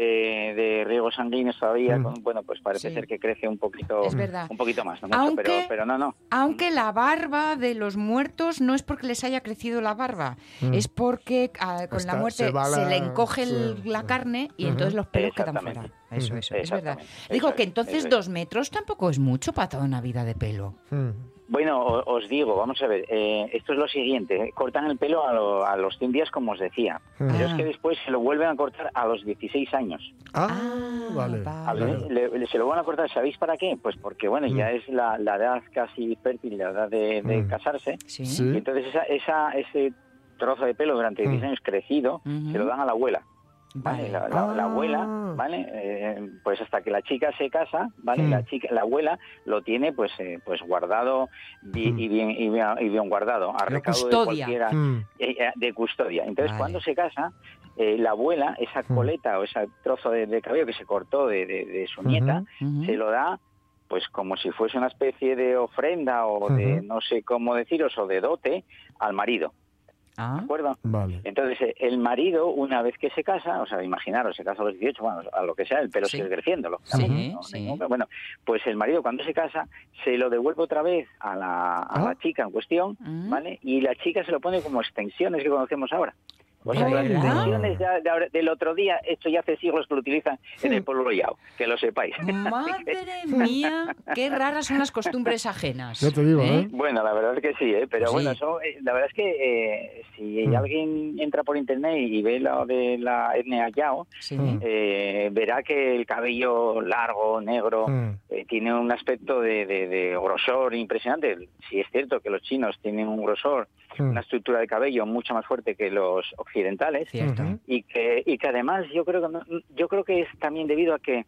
[SPEAKER 6] de riego sanguíneo todavía.
[SPEAKER 2] Mm.
[SPEAKER 6] con- bueno, pues parece
[SPEAKER 1] Sí.
[SPEAKER 6] ser que crece un poquito,
[SPEAKER 1] Es verdad.
[SPEAKER 6] un poquito más, no mucho,
[SPEAKER 1] Aunque-
[SPEAKER 6] pero, pero no, no.
[SPEAKER 2] Mm.
[SPEAKER 1] Aunque la barba de los muertos no es porque les haya crecido la barba,
[SPEAKER 2] Mm.
[SPEAKER 1] es porque ah, con
[SPEAKER 2] Está-
[SPEAKER 1] la muerte
[SPEAKER 2] se
[SPEAKER 1] se,
[SPEAKER 2] va la-
[SPEAKER 1] le encoge el-
[SPEAKER 2] sí,
[SPEAKER 1] la
[SPEAKER 2] sí.
[SPEAKER 1] carne y
[SPEAKER 2] Ujú.
[SPEAKER 1] entonces los pelos quedan fuera.
[SPEAKER 6] Exactamente.
[SPEAKER 1] Eso,
[SPEAKER 2] Ujú.
[SPEAKER 1] eso, es verdad.
[SPEAKER 6] Exactamente. Eso
[SPEAKER 1] Digo que
[SPEAKER 6] es,
[SPEAKER 1] entonces
[SPEAKER 6] eso es.
[SPEAKER 1] dos metros tampoco es mucho para toda una vida de pelo.
[SPEAKER 2] Mm.
[SPEAKER 6] Bueno, o- os digo, vamos a ver, eh, esto es lo siguiente, cortan el pelo a, lo- a los 100 días, como os decía, pero es
[SPEAKER 1] Ah.
[SPEAKER 6] que después se lo vuelven a cortar a los 16 años.
[SPEAKER 2] Ah,
[SPEAKER 1] Ah,
[SPEAKER 2] vale.
[SPEAKER 6] A
[SPEAKER 1] vale.
[SPEAKER 6] ver, le- le- se lo van a cortar, ¿sabéis para qué? Pues porque, bueno, ya es la, la edad casi fértil, la edad de, de
[SPEAKER 2] Mm.
[SPEAKER 6] casarse,
[SPEAKER 1] Sí.
[SPEAKER 2] Sí.
[SPEAKER 6] y entonces esa, esa- ese trozo de pelo durante 10
[SPEAKER 2] Mm.
[SPEAKER 6] años crecido,
[SPEAKER 1] Ujú.
[SPEAKER 6] se lo dan a la abuela. ¿vale?
[SPEAKER 1] Vale.
[SPEAKER 6] La, la- la
[SPEAKER 2] Ah.
[SPEAKER 6] abuela, ¿vale? Eh, pues hasta que la chica se casa, ¿vale?
[SPEAKER 2] Mm.
[SPEAKER 6] La chica, la abuela lo tiene pues eh, pues guardado bi-
[SPEAKER 2] Mm.
[SPEAKER 6] y, bien, y, bien, y bien guardado, a
[SPEAKER 1] Lo
[SPEAKER 6] recaudo de
[SPEAKER 1] custodia.
[SPEAKER 6] cualquiera
[SPEAKER 2] Mm.
[SPEAKER 6] eh, eh, de custodia. Entonces,
[SPEAKER 1] Vale.
[SPEAKER 6] cuando se casa, eh, la abuela, esa
[SPEAKER 2] Mm.
[SPEAKER 6] coleta o ese trozo de, de cabello que se cortó de, de- de su
[SPEAKER 2] Ujú.
[SPEAKER 6] nieta,
[SPEAKER 1] Ujú.
[SPEAKER 6] se lo da pues como si fuese una especie de ofrenda o de
[SPEAKER 2] Ujú.
[SPEAKER 6] no sé cómo deciros o de dote al marido, ¿de
[SPEAKER 1] Ah,
[SPEAKER 6] acuerdo?
[SPEAKER 2] Vale.
[SPEAKER 6] Entonces, eh, el marido, una vez que se casa, o sea, imaginaros, se casa a los 18, bueno, a lo que sea, el pelo
[SPEAKER 1] Sí.
[SPEAKER 6] sigue creciendo,
[SPEAKER 1] Sí,
[SPEAKER 6] lógicamente, ¿no?
[SPEAKER 1] sí.
[SPEAKER 6] Ningún- Bueno, pues el marido cuando se casa, se lo devuelve otra vez a la, a
[SPEAKER 2] Ah.
[SPEAKER 6] la chica en cuestión,
[SPEAKER 1] Mm.
[SPEAKER 6] ¿vale? Y la chica se lo pone como extensiones que conocemos ahora. O sea,
[SPEAKER 1] ¿De
[SPEAKER 6] que las
[SPEAKER 1] verdad?
[SPEAKER 6] extensiones de- de ahora- del otro día, esto ya hace siglos que lo utilizan en el pueblo rollado, que lo sepáis.
[SPEAKER 1] Madre mía, qué raras son las costumbres ajenas.
[SPEAKER 2] Ya te digo, ¿eh?
[SPEAKER 6] Bueno, la verdad es que sí, ¿eh? pero
[SPEAKER 1] Sí.
[SPEAKER 6] bueno, eso, eh, la verdad es que eh, si
[SPEAKER 2] Mm.
[SPEAKER 6] alguien entra por internet y ve lo de la etnia yao,
[SPEAKER 1] Sí.
[SPEAKER 2] Mm.
[SPEAKER 6] eh, verá que el cabello largo, negro,
[SPEAKER 2] Mm.
[SPEAKER 6] eh, tiene un aspecto de, de- de grosor impresionante. Sí es cierto que los chinos tienen un grosor,
[SPEAKER 2] Mm.
[SPEAKER 6] una estructura de cabello mucho más fuerte que los occidentales
[SPEAKER 1] Cierto.
[SPEAKER 2] Ujú.
[SPEAKER 6] y que, y que además yo creo que, no- yo creo que es también debido a que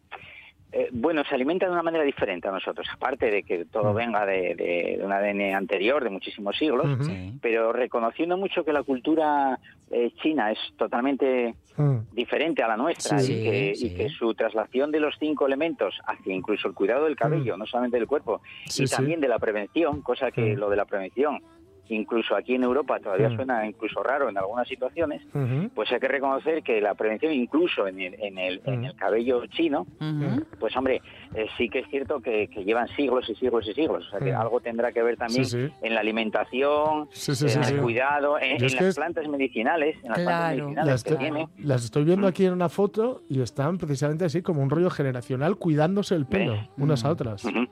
[SPEAKER 6] eh, bueno, se alimenta de una manera diferente a nosotros, aparte de que todo
[SPEAKER 2] Mm.
[SPEAKER 6] venga de, de- de un ADN anterior, de muchísimos siglos,
[SPEAKER 2] Ujú.
[SPEAKER 1] Sí.
[SPEAKER 6] pero reconociendo mucho que la cultura eh, china es totalmente
[SPEAKER 2] Mm.
[SPEAKER 6] diferente a la nuestra
[SPEAKER 1] Sí,
[SPEAKER 6] y, que,
[SPEAKER 1] sí.
[SPEAKER 6] y que su traslación de los cinco elementos hacia incluso el cuidado del cabello, no solamente del cuerpo,
[SPEAKER 2] Mm. Sí,
[SPEAKER 6] y
[SPEAKER 2] sí.
[SPEAKER 6] también de la prevención, cosa que
[SPEAKER 2] Mm.
[SPEAKER 6] lo de la prevención, incluso aquí en Europa todavía
[SPEAKER 2] Mm.
[SPEAKER 6] suena incluso raro en algunas situaciones,
[SPEAKER 2] Ujú.
[SPEAKER 6] pues hay que reconocer que la prevención incluso en el, en el, en
[SPEAKER 2] Mm.
[SPEAKER 6] el cabello chino,
[SPEAKER 1] Ujú.
[SPEAKER 6] pues hombre, eh, sí que es cierto que, que llevan siglos y siglos y siglos, o sea que
[SPEAKER 2] Mm.
[SPEAKER 6] algo tendrá que ver también
[SPEAKER 2] Sí, sí.
[SPEAKER 6] en la alimentación,
[SPEAKER 2] Sí, sí,
[SPEAKER 6] en
[SPEAKER 2] sí,
[SPEAKER 6] el
[SPEAKER 2] sí.
[SPEAKER 6] Eh, cuidado, en,
[SPEAKER 2] Yo es
[SPEAKER 6] en
[SPEAKER 2] que
[SPEAKER 6] las
[SPEAKER 2] es-
[SPEAKER 6] plantas medicinales, en las plantas
[SPEAKER 1] Claro.
[SPEAKER 6] medicinales
[SPEAKER 2] Las,
[SPEAKER 6] que
[SPEAKER 2] te-
[SPEAKER 6] tiene.
[SPEAKER 2] las estoy viendo aquí en una foto y están precisamente así, como un rollo generacional, cuidándose el pelo
[SPEAKER 6] ¿Ves?
[SPEAKER 2] unas a
[SPEAKER 1] Mm.
[SPEAKER 2] otras.
[SPEAKER 6] Ujú.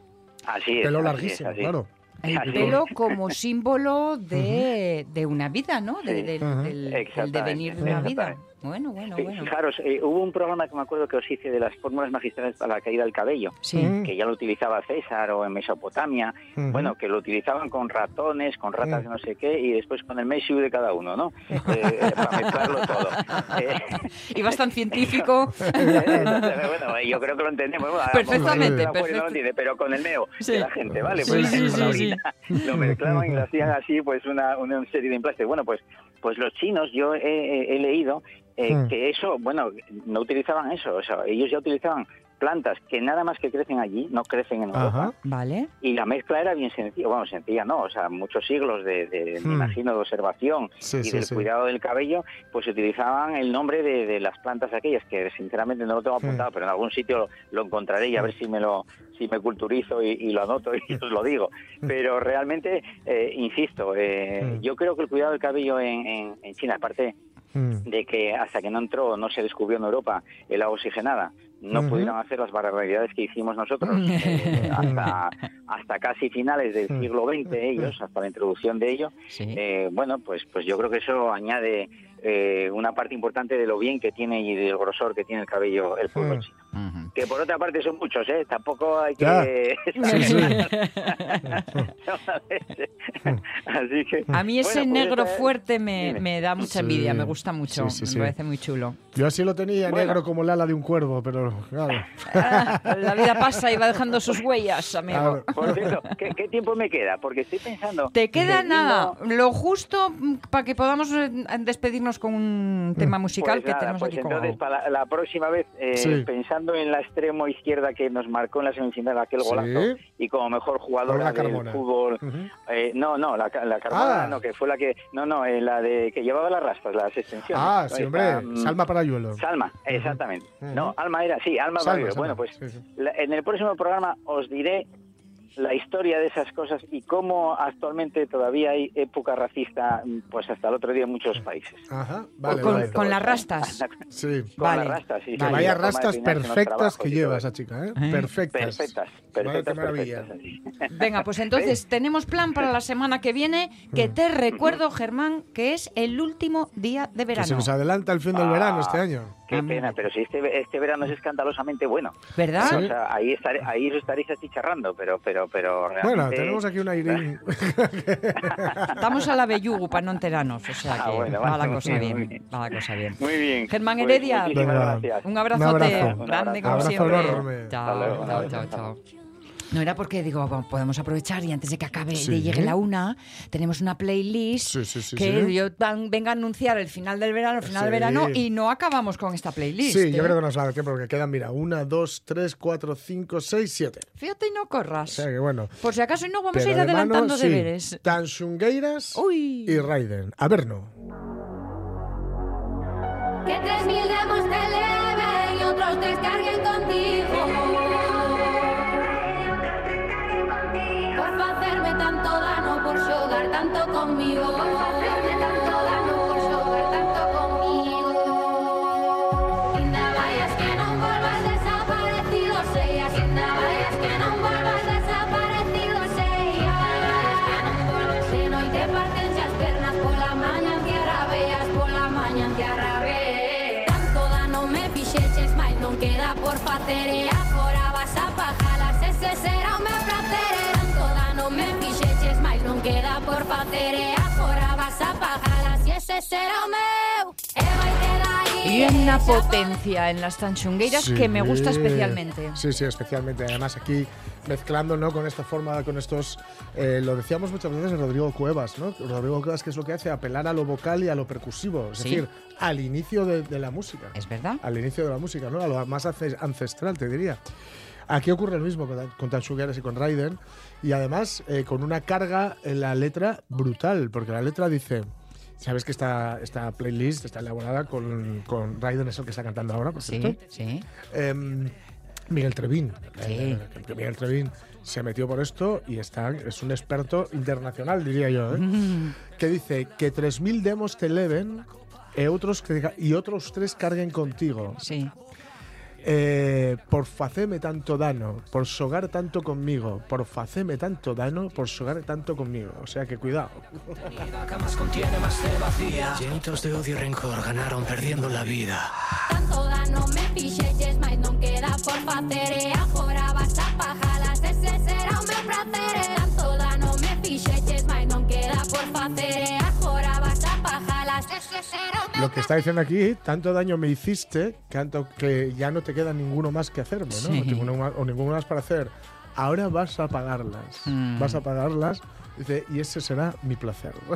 [SPEAKER 6] Así es.
[SPEAKER 2] Pelo
[SPEAKER 6] así
[SPEAKER 2] larguísimo,
[SPEAKER 6] es, así es.
[SPEAKER 2] claro.
[SPEAKER 1] El
[SPEAKER 6] Así
[SPEAKER 1] pelo como símbolo de, de una vida, ¿no? De-
[SPEAKER 6] Sí.
[SPEAKER 1] del,
[SPEAKER 2] Ujú.
[SPEAKER 1] del- del
[SPEAKER 6] Exactamente,
[SPEAKER 1] devenir de una vida.
[SPEAKER 6] exactamente.
[SPEAKER 1] Bueno, Ah, bueno,
[SPEAKER 6] Fi-
[SPEAKER 1] bueno.
[SPEAKER 6] Fijaros, eh, hubo un programa que me acuerdo que os hice de las fórmulas magistrales para la caída del cabello,
[SPEAKER 1] Sí.
[SPEAKER 2] Mm.
[SPEAKER 6] que ya lo utilizaba César o en Mesopotamia,
[SPEAKER 2] Ujú.
[SPEAKER 6] bueno, que lo utilizaban con ratones, con ratas
[SPEAKER 2] Mm.
[SPEAKER 6] de no sé qué, y después con el Meshu de cada uno, ¿no? Eh, eh, para mezclarlo todo. Eh,
[SPEAKER 1] Y bastante científico.
[SPEAKER 6] Entonces, bueno, eh, yo creo que lo entendemos. Bueno, a lo mejor
[SPEAKER 1] Perfectamente,
[SPEAKER 6] el abuelo no lo
[SPEAKER 1] perfecto.
[SPEAKER 6] entiende, pero con el neo
[SPEAKER 1] Sí.
[SPEAKER 6] de la gente, ¿vale?
[SPEAKER 1] Sí,
[SPEAKER 6] Pues
[SPEAKER 1] sí,
[SPEAKER 6] con la
[SPEAKER 1] sí, sí.
[SPEAKER 6] orina Lo mezclaban y lo hacían así, pues una, una serie de implantes. Bueno, pues, pues los chinos, yo he, he- he leído eh,
[SPEAKER 2] Hmm.
[SPEAKER 6] que eso, bueno, no utilizaban eso. O sea, ellos ya utilizaban plantas que nada más que crecen allí, no crecen en Europa.
[SPEAKER 2] Ajá.
[SPEAKER 1] Vale.
[SPEAKER 6] Y la mezcla era bien sencilla, bueno, sencilla no, o sea, muchos siglos de, de- me
[SPEAKER 2] Hmm.
[SPEAKER 6] imagino, de observación
[SPEAKER 2] Sí,
[SPEAKER 6] y
[SPEAKER 2] sí,
[SPEAKER 6] del
[SPEAKER 2] sí.
[SPEAKER 6] cuidado del cabello, pues utilizaban el nombre de, de las plantas aquellas, que sinceramente no lo
[SPEAKER 2] Hmm.
[SPEAKER 6] tengo apuntado, pero en algún sitio lo, lo encontraré y a ver si me lo si me culturizo y, y lo anoto y os lo digo. Pero realmente, eh, insisto, eh,
[SPEAKER 2] Hmm.
[SPEAKER 6] yo creo que el cuidado del cabello en, en- en China, aparte
[SPEAKER 2] Mm.
[SPEAKER 6] de que hasta que no entró, no se descubrió en Europa el agua oxigenada, no
[SPEAKER 2] Ujú.
[SPEAKER 6] pudieron hacer las barbaridades que hicimos nosotros eh, hasta, hasta casi finales del siglo XX ellos, hasta la introducción de ello.
[SPEAKER 1] Sí.
[SPEAKER 6] Eh, bueno, pues, pues yo creo que eso añade eh, una parte importante de lo bien que tiene y del grosor que tiene el cabello el pueblo
[SPEAKER 2] Mm.
[SPEAKER 6] chino.
[SPEAKER 1] Ujú.
[SPEAKER 6] Que por otra parte son muchos, ¿eh? Tampoco hay que...
[SPEAKER 2] Ya.
[SPEAKER 1] Sí, sí.
[SPEAKER 6] Así que...
[SPEAKER 1] A mí ese
[SPEAKER 6] bueno, pues
[SPEAKER 1] negro
[SPEAKER 6] esa es-
[SPEAKER 1] fuerte me,
[SPEAKER 6] Dime.
[SPEAKER 1] me da mucha
[SPEAKER 2] Sí.
[SPEAKER 1] envidia, me gusta mucho,
[SPEAKER 2] Sí, sí, sí.
[SPEAKER 1] me parece muy chulo.
[SPEAKER 2] Yo así lo tenía,
[SPEAKER 6] Bueno.
[SPEAKER 2] negro como el ala de un cuervo, pero claro.
[SPEAKER 1] Ah, la vida pasa y va dejando sus huellas, amigo.
[SPEAKER 2] Claro.
[SPEAKER 6] Por cierto, ¿qué, qué tiempo me queda? Porque estoy pensando...
[SPEAKER 1] Te queda
[SPEAKER 6] del
[SPEAKER 1] nada,
[SPEAKER 6] himno-
[SPEAKER 1] lo justo para que podamos eh, despedirnos con un tema musical
[SPEAKER 6] Pues
[SPEAKER 1] que
[SPEAKER 6] nada,
[SPEAKER 1] tenemos
[SPEAKER 6] pues
[SPEAKER 1] aquí colgado.
[SPEAKER 6] entonces, para la, la próxima vez, eh,
[SPEAKER 2] Sí.
[SPEAKER 6] pensando en la extremo izquierda que nos marcó en la semifinal aquel
[SPEAKER 2] Sí.
[SPEAKER 6] golazo y como mejor jugadora
[SPEAKER 2] Olga
[SPEAKER 6] del
[SPEAKER 2] Carmona.
[SPEAKER 6] fútbol.
[SPEAKER 2] Ujú.
[SPEAKER 6] eh, no, no, la, ca- la Carmona
[SPEAKER 2] Ah.
[SPEAKER 6] no, que fue la que. No, no, eh, la de que llevaba las rastas, las extensiones.
[SPEAKER 2] Ah,
[SPEAKER 6] ¿no?
[SPEAKER 2] sí,
[SPEAKER 6] Esta,
[SPEAKER 2] hombre.
[SPEAKER 6] mm,
[SPEAKER 2] Salma Parayuelo.
[SPEAKER 6] Salma, exactamente.
[SPEAKER 2] Ujú.
[SPEAKER 6] No, Alma era, sí, Alma
[SPEAKER 2] Salma,
[SPEAKER 6] Barrio.
[SPEAKER 2] Salma,
[SPEAKER 6] Bueno, pues
[SPEAKER 2] sí, sí.
[SPEAKER 6] la- en el próximo programa os diré la historia de esas cosas y cómo actualmente todavía hay época racista, pues hasta el otro día en muchos países.
[SPEAKER 2] Ajá, vale.
[SPEAKER 1] con,
[SPEAKER 2] vale.
[SPEAKER 1] con las rastas.
[SPEAKER 2] Sí.
[SPEAKER 6] Con
[SPEAKER 1] Vale.
[SPEAKER 6] las rastas, sí,
[SPEAKER 2] Que vaya
[SPEAKER 6] sí, la forma de
[SPEAKER 2] rastas
[SPEAKER 6] peinarse en los
[SPEAKER 2] perfectas
[SPEAKER 6] trabajos
[SPEAKER 2] que
[SPEAKER 6] y todo
[SPEAKER 2] lleva
[SPEAKER 6] eso.
[SPEAKER 2] esa chica, ¿eh?
[SPEAKER 1] ¿Eh?
[SPEAKER 2] Perfectas.
[SPEAKER 6] Perfectas,
[SPEAKER 2] Vaya, qué
[SPEAKER 6] perfectas,
[SPEAKER 2] maravilla.
[SPEAKER 6] perfectas. así.
[SPEAKER 1] Venga, pues entonces tenemos plan para la semana que viene, que te recuerdo, Germán, que es el último día de
[SPEAKER 2] Mm. Que se
[SPEAKER 1] verano.
[SPEAKER 2] nos adelanta el fin del
[SPEAKER 6] Ah.
[SPEAKER 2] verano este año.
[SPEAKER 6] Qué pena, pero si este, este verano es escandalosamente bueno.
[SPEAKER 1] ¿Verdad?
[SPEAKER 2] Sí.
[SPEAKER 6] O sea, ahí, estaré, ahí os estaréis achicharrando, pero... pero, pero
[SPEAKER 2] Bueno,
[SPEAKER 6] realmente-
[SPEAKER 2] tenemos aquí una Irene.
[SPEAKER 1] Estamos a la bellugu para no enteranos, o sea
[SPEAKER 6] Ah,
[SPEAKER 1] que
[SPEAKER 6] bueno,
[SPEAKER 1] va la
[SPEAKER 6] vale,
[SPEAKER 1] cosa
[SPEAKER 6] muy
[SPEAKER 1] bien,
[SPEAKER 6] bien.
[SPEAKER 1] va la cosa bien.
[SPEAKER 6] Muy bien.
[SPEAKER 1] Germán
[SPEAKER 6] Pues
[SPEAKER 1] Heredia.
[SPEAKER 6] muchísimas
[SPEAKER 2] Venga.
[SPEAKER 6] gracias.
[SPEAKER 1] Un abrazote
[SPEAKER 2] Un abrazo.
[SPEAKER 1] grande como
[SPEAKER 2] Abrazo
[SPEAKER 1] siempre.
[SPEAKER 2] enorme.
[SPEAKER 1] Chao,
[SPEAKER 6] Hasta luego,
[SPEAKER 1] chao,
[SPEAKER 6] un
[SPEAKER 1] chao,
[SPEAKER 6] abrazo.
[SPEAKER 1] chao. No era porque digo, bueno, podemos aprovechar y antes de que acabe,
[SPEAKER 2] Sí.
[SPEAKER 1] de llegue la una, tenemos una playlist
[SPEAKER 2] Sí, sí, sí,
[SPEAKER 1] que
[SPEAKER 2] sí.
[SPEAKER 1] yo tan- venga a anunciar el final del verano, el final del
[SPEAKER 2] Sí.
[SPEAKER 1] verano y no acabamos con esta playlist.
[SPEAKER 2] Sí, yo
[SPEAKER 1] ¿eh?
[SPEAKER 2] creo que nos va a dar tiempo porque quedan, mira, una, dos, tres, cuatro, cinco, seis, siete.
[SPEAKER 1] Fíjate y no
[SPEAKER 2] O
[SPEAKER 1] corras.
[SPEAKER 2] sea que bueno.
[SPEAKER 1] Por si acaso y no vamos a
[SPEAKER 2] Pero
[SPEAKER 1] ir
[SPEAKER 2] de mano,
[SPEAKER 1] adelantando
[SPEAKER 2] sí.
[SPEAKER 1] deberes.
[SPEAKER 2] Tan Xungueiras
[SPEAKER 1] Uy.
[SPEAKER 2] y Raiden. A ver, no.
[SPEAKER 7] Que tres mil demos te eleven y otros tres carguen contigo. Por hacerme tanto daño, por jugar tanto conmigo. Por hacerme tanto daño, por jugar tanto conmigo. Y navallas que no vuelvas desaparecido, seas. Y navallas que no vuelvas desaparecido, seas. Si no y te parten las piernas por la mañana que arrabeas, por la mañana que arrabeas. Tanto daño me fixeches, mai non queda por facer E agora vas a pajalas, ese será o meu placer E tanto daño me fixeches, mais non queda por facer E agora vas a pajalas, e ese será o meu E vai ter
[SPEAKER 1] Y
[SPEAKER 7] aí
[SPEAKER 1] una potencia en las tanchungueiras
[SPEAKER 2] Sí.
[SPEAKER 1] que me gusta especialmente.
[SPEAKER 2] Sí, sí, especialmente. Además, aquí mezclando ¿no? con esta forma, con estos. eh, lo decíamos muchas veces de Rodrigo Cuevas, ¿no? Rodrigo Cuevas, que es lo que hace? Apelar a lo vocal y a lo percusivo, es
[SPEAKER 1] Sí.
[SPEAKER 2] decir, al inicio de, de la música.
[SPEAKER 1] ¿Es verdad?
[SPEAKER 2] Al inicio de la música, ¿no? A lo más ance- ancestral, te diría. Aquí ocurre lo mismo con, Tan- con Tan Sugares y con Raiden. Y además, eh, con una carga en la letra brutal, porque la letra dice. Sabes que esta, esta playlist está elaborada con, con Raiden, es el que está cantando ahora, por cierto.
[SPEAKER 1] Sí, sí.
[SPEAKER 2] Em, Miguel Trevín.
[SPEAKER 1] Sí.
[SPEAKER 2] Eh, que Miguel Trevín se metió por esto y está, es un experto internacional, diría yo. ¿eh? Que dice que 3.000 demos te leven e otros que- y otros tres carguen contigo.
[SPEAKER 1] Sí.
[SPEAKER 2] Eh, por faceme tanto dano, por sogar tanto conmigo, por faceme tanto dano, por sogar tanto conmigo. O sea que cuidado.
[SPEAKER 8] Llenitos de odio y rencor ganaron perdiendo la vida.
[SPEAKER 7] Tanto daño me fixeches, mais non queda por facer E agora vas a pajalas, ese será o meu placer E tanto daño me fixeches, mais non queda por facer E agora vas a pajalas, ese será o meu
[SPEAKER 2] Lo que está diciendo aquí, tanto daño me hiciste que, tanto- que ya no te queda ninguno más que hacerme, ¿no?
[SPEAKER 1] Sí.
[SPEAKER 2] O Ninguno más, o ninguno más para hacer. Ahora vas a pagarlas.
[SPEAKER 1] Mm.
[SPEAKER 2] Vas a pagarlas. Dice, y ese será mi placer.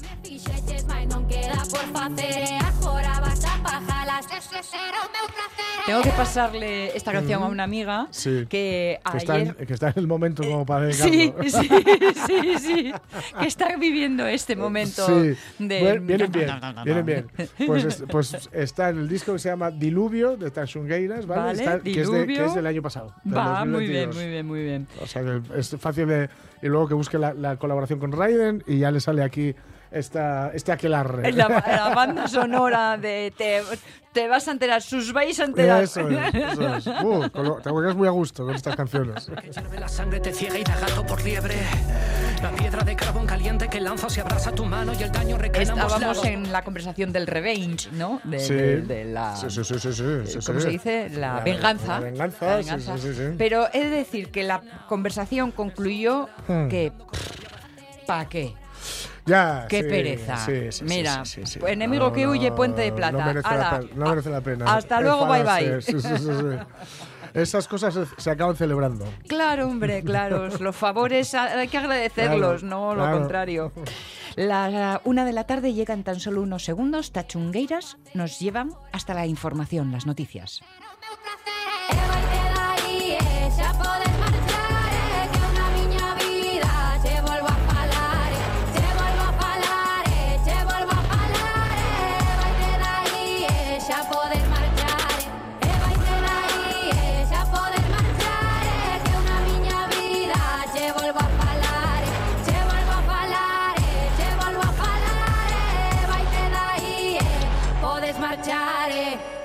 [SPEAKER 7] Me fixeches, mais non queda por facer E agora vas a pajalas, ese será o meu placer E
[SPEAKER 1] Tengo que pasarle esta canción a una amiga
[SPEAKER 2] Mm. Sí.
[SPEAKER 1] que
[SPEAKER 2] que, está en,
[SPEAKER 1] ayer...
[SPEAKER 2] que está en el momento como para
[SPEAKER 1] Sí,
[SPEAKER 2] dedicarlo.
[SPEAKER 1] sí, sí, sí. Que está viviendo este momento
[SPEAKER 2] Sí.
[SPEAKER 1] de...
[SPEAKER 2] Bien- Vienen bien, vienen bien. Pues, es- pues está en el disco que se llama Diluvio de Tansungueiras, ¿vale?
[SPEAKER 1] Vale,
[SPEAKER 2] Está- que, es de- que
[SPEAKER 1] Diluvio.
[SPEAKER 2] es del año pasado. del
[SPEAKER 1] Va, muy bien,
[SPEAKER 2] 2022.
[SPEAKER 1] muy bien, muy bien.
[SPEAKER 2] O sea que es fácil de, y luego que busque la, la colaboración con Raiden y ya le sale aquí esta, este aquelarre.
[SPEAKER 1] Es la, la banda sonora de te, te vas a enterar, sus vais a enterar.
[SPEAKER 2] Eso es, eso es. Uh, con lo- te quedas muy a gusto con estas canciones.
[SPEAKER 8] Que hierve la sangre te ciega y da gato por liebre. La piedra de carbón caliente que lanza se abraza tu mano y el daño recae en ambos
[SPEAKER 1] Estábamos
[SPEAKER 8] lados.
[SPEAKER 1] en la conversación del revenge, ¿no? De,
[SPEAKER 2] Sí.
[SPEAKER 1] de- de la...
[SPEAKER 2] Sí, sí, sí, sí, sí, sí,
[SPEAKER 1] ¿Cómo
[SPEAKER 2] sí.
[SPEAKER 1] se dice? La,
[SPEAKER 2] La-
[SPEAKER 1] venganza.
[SPEAKER 2] la venganza,
[SPEAKER 1] La
[SPEAKER 2] sí, sí, sí, sí.
[SPEAKER 1] Pero he de decir que la conversación concluyó
[SPEAKER 2] Hmm.
[SPEAKER 1] que... ¿Para qué?
[SPEAKER 2] Ya,
[SPEAKER 1] ¡Qué
[SPEAKER 2] sí,
[SPEAKER 1] pereza!
[SPEAKER 2] sí, sí,
[SPEAKER 1] Mira,
[SPEAKER 2] sí, sí, sí, sí.
[SPEAKER 1] pues, enemigo
[SPEAKER 2] No,
[SPEAKER 1] que
[SPEAKER 2] no,
[SPEAKER 1] huye, puente de plata.
[SPEAKER 2] No merece, la,
[SPEAKER 1] Ala,
[SPEAKER 2] pe- no merece la pena.
[SPEAKER 1] hasta luego, bye, bye.
[SPEAKER 2] Sí, sí, sí, sí. Esas cosas se, se acaban celebrando.
[SPEAKER 1] Claro, hombre, claro. Los favores a- hay que agradecerlos,
[SPEAKER 2] Claro,
[SPEAKER 1] no lo
[SPEAKER 2] claro.
[SPEAKER 1] contrario. La, la una de la tarde llegan tan solo unos segundos. Tachungueiras nos llevan hasta la información, las noticias.
[SPEAKER 7] Podes marchar, eh.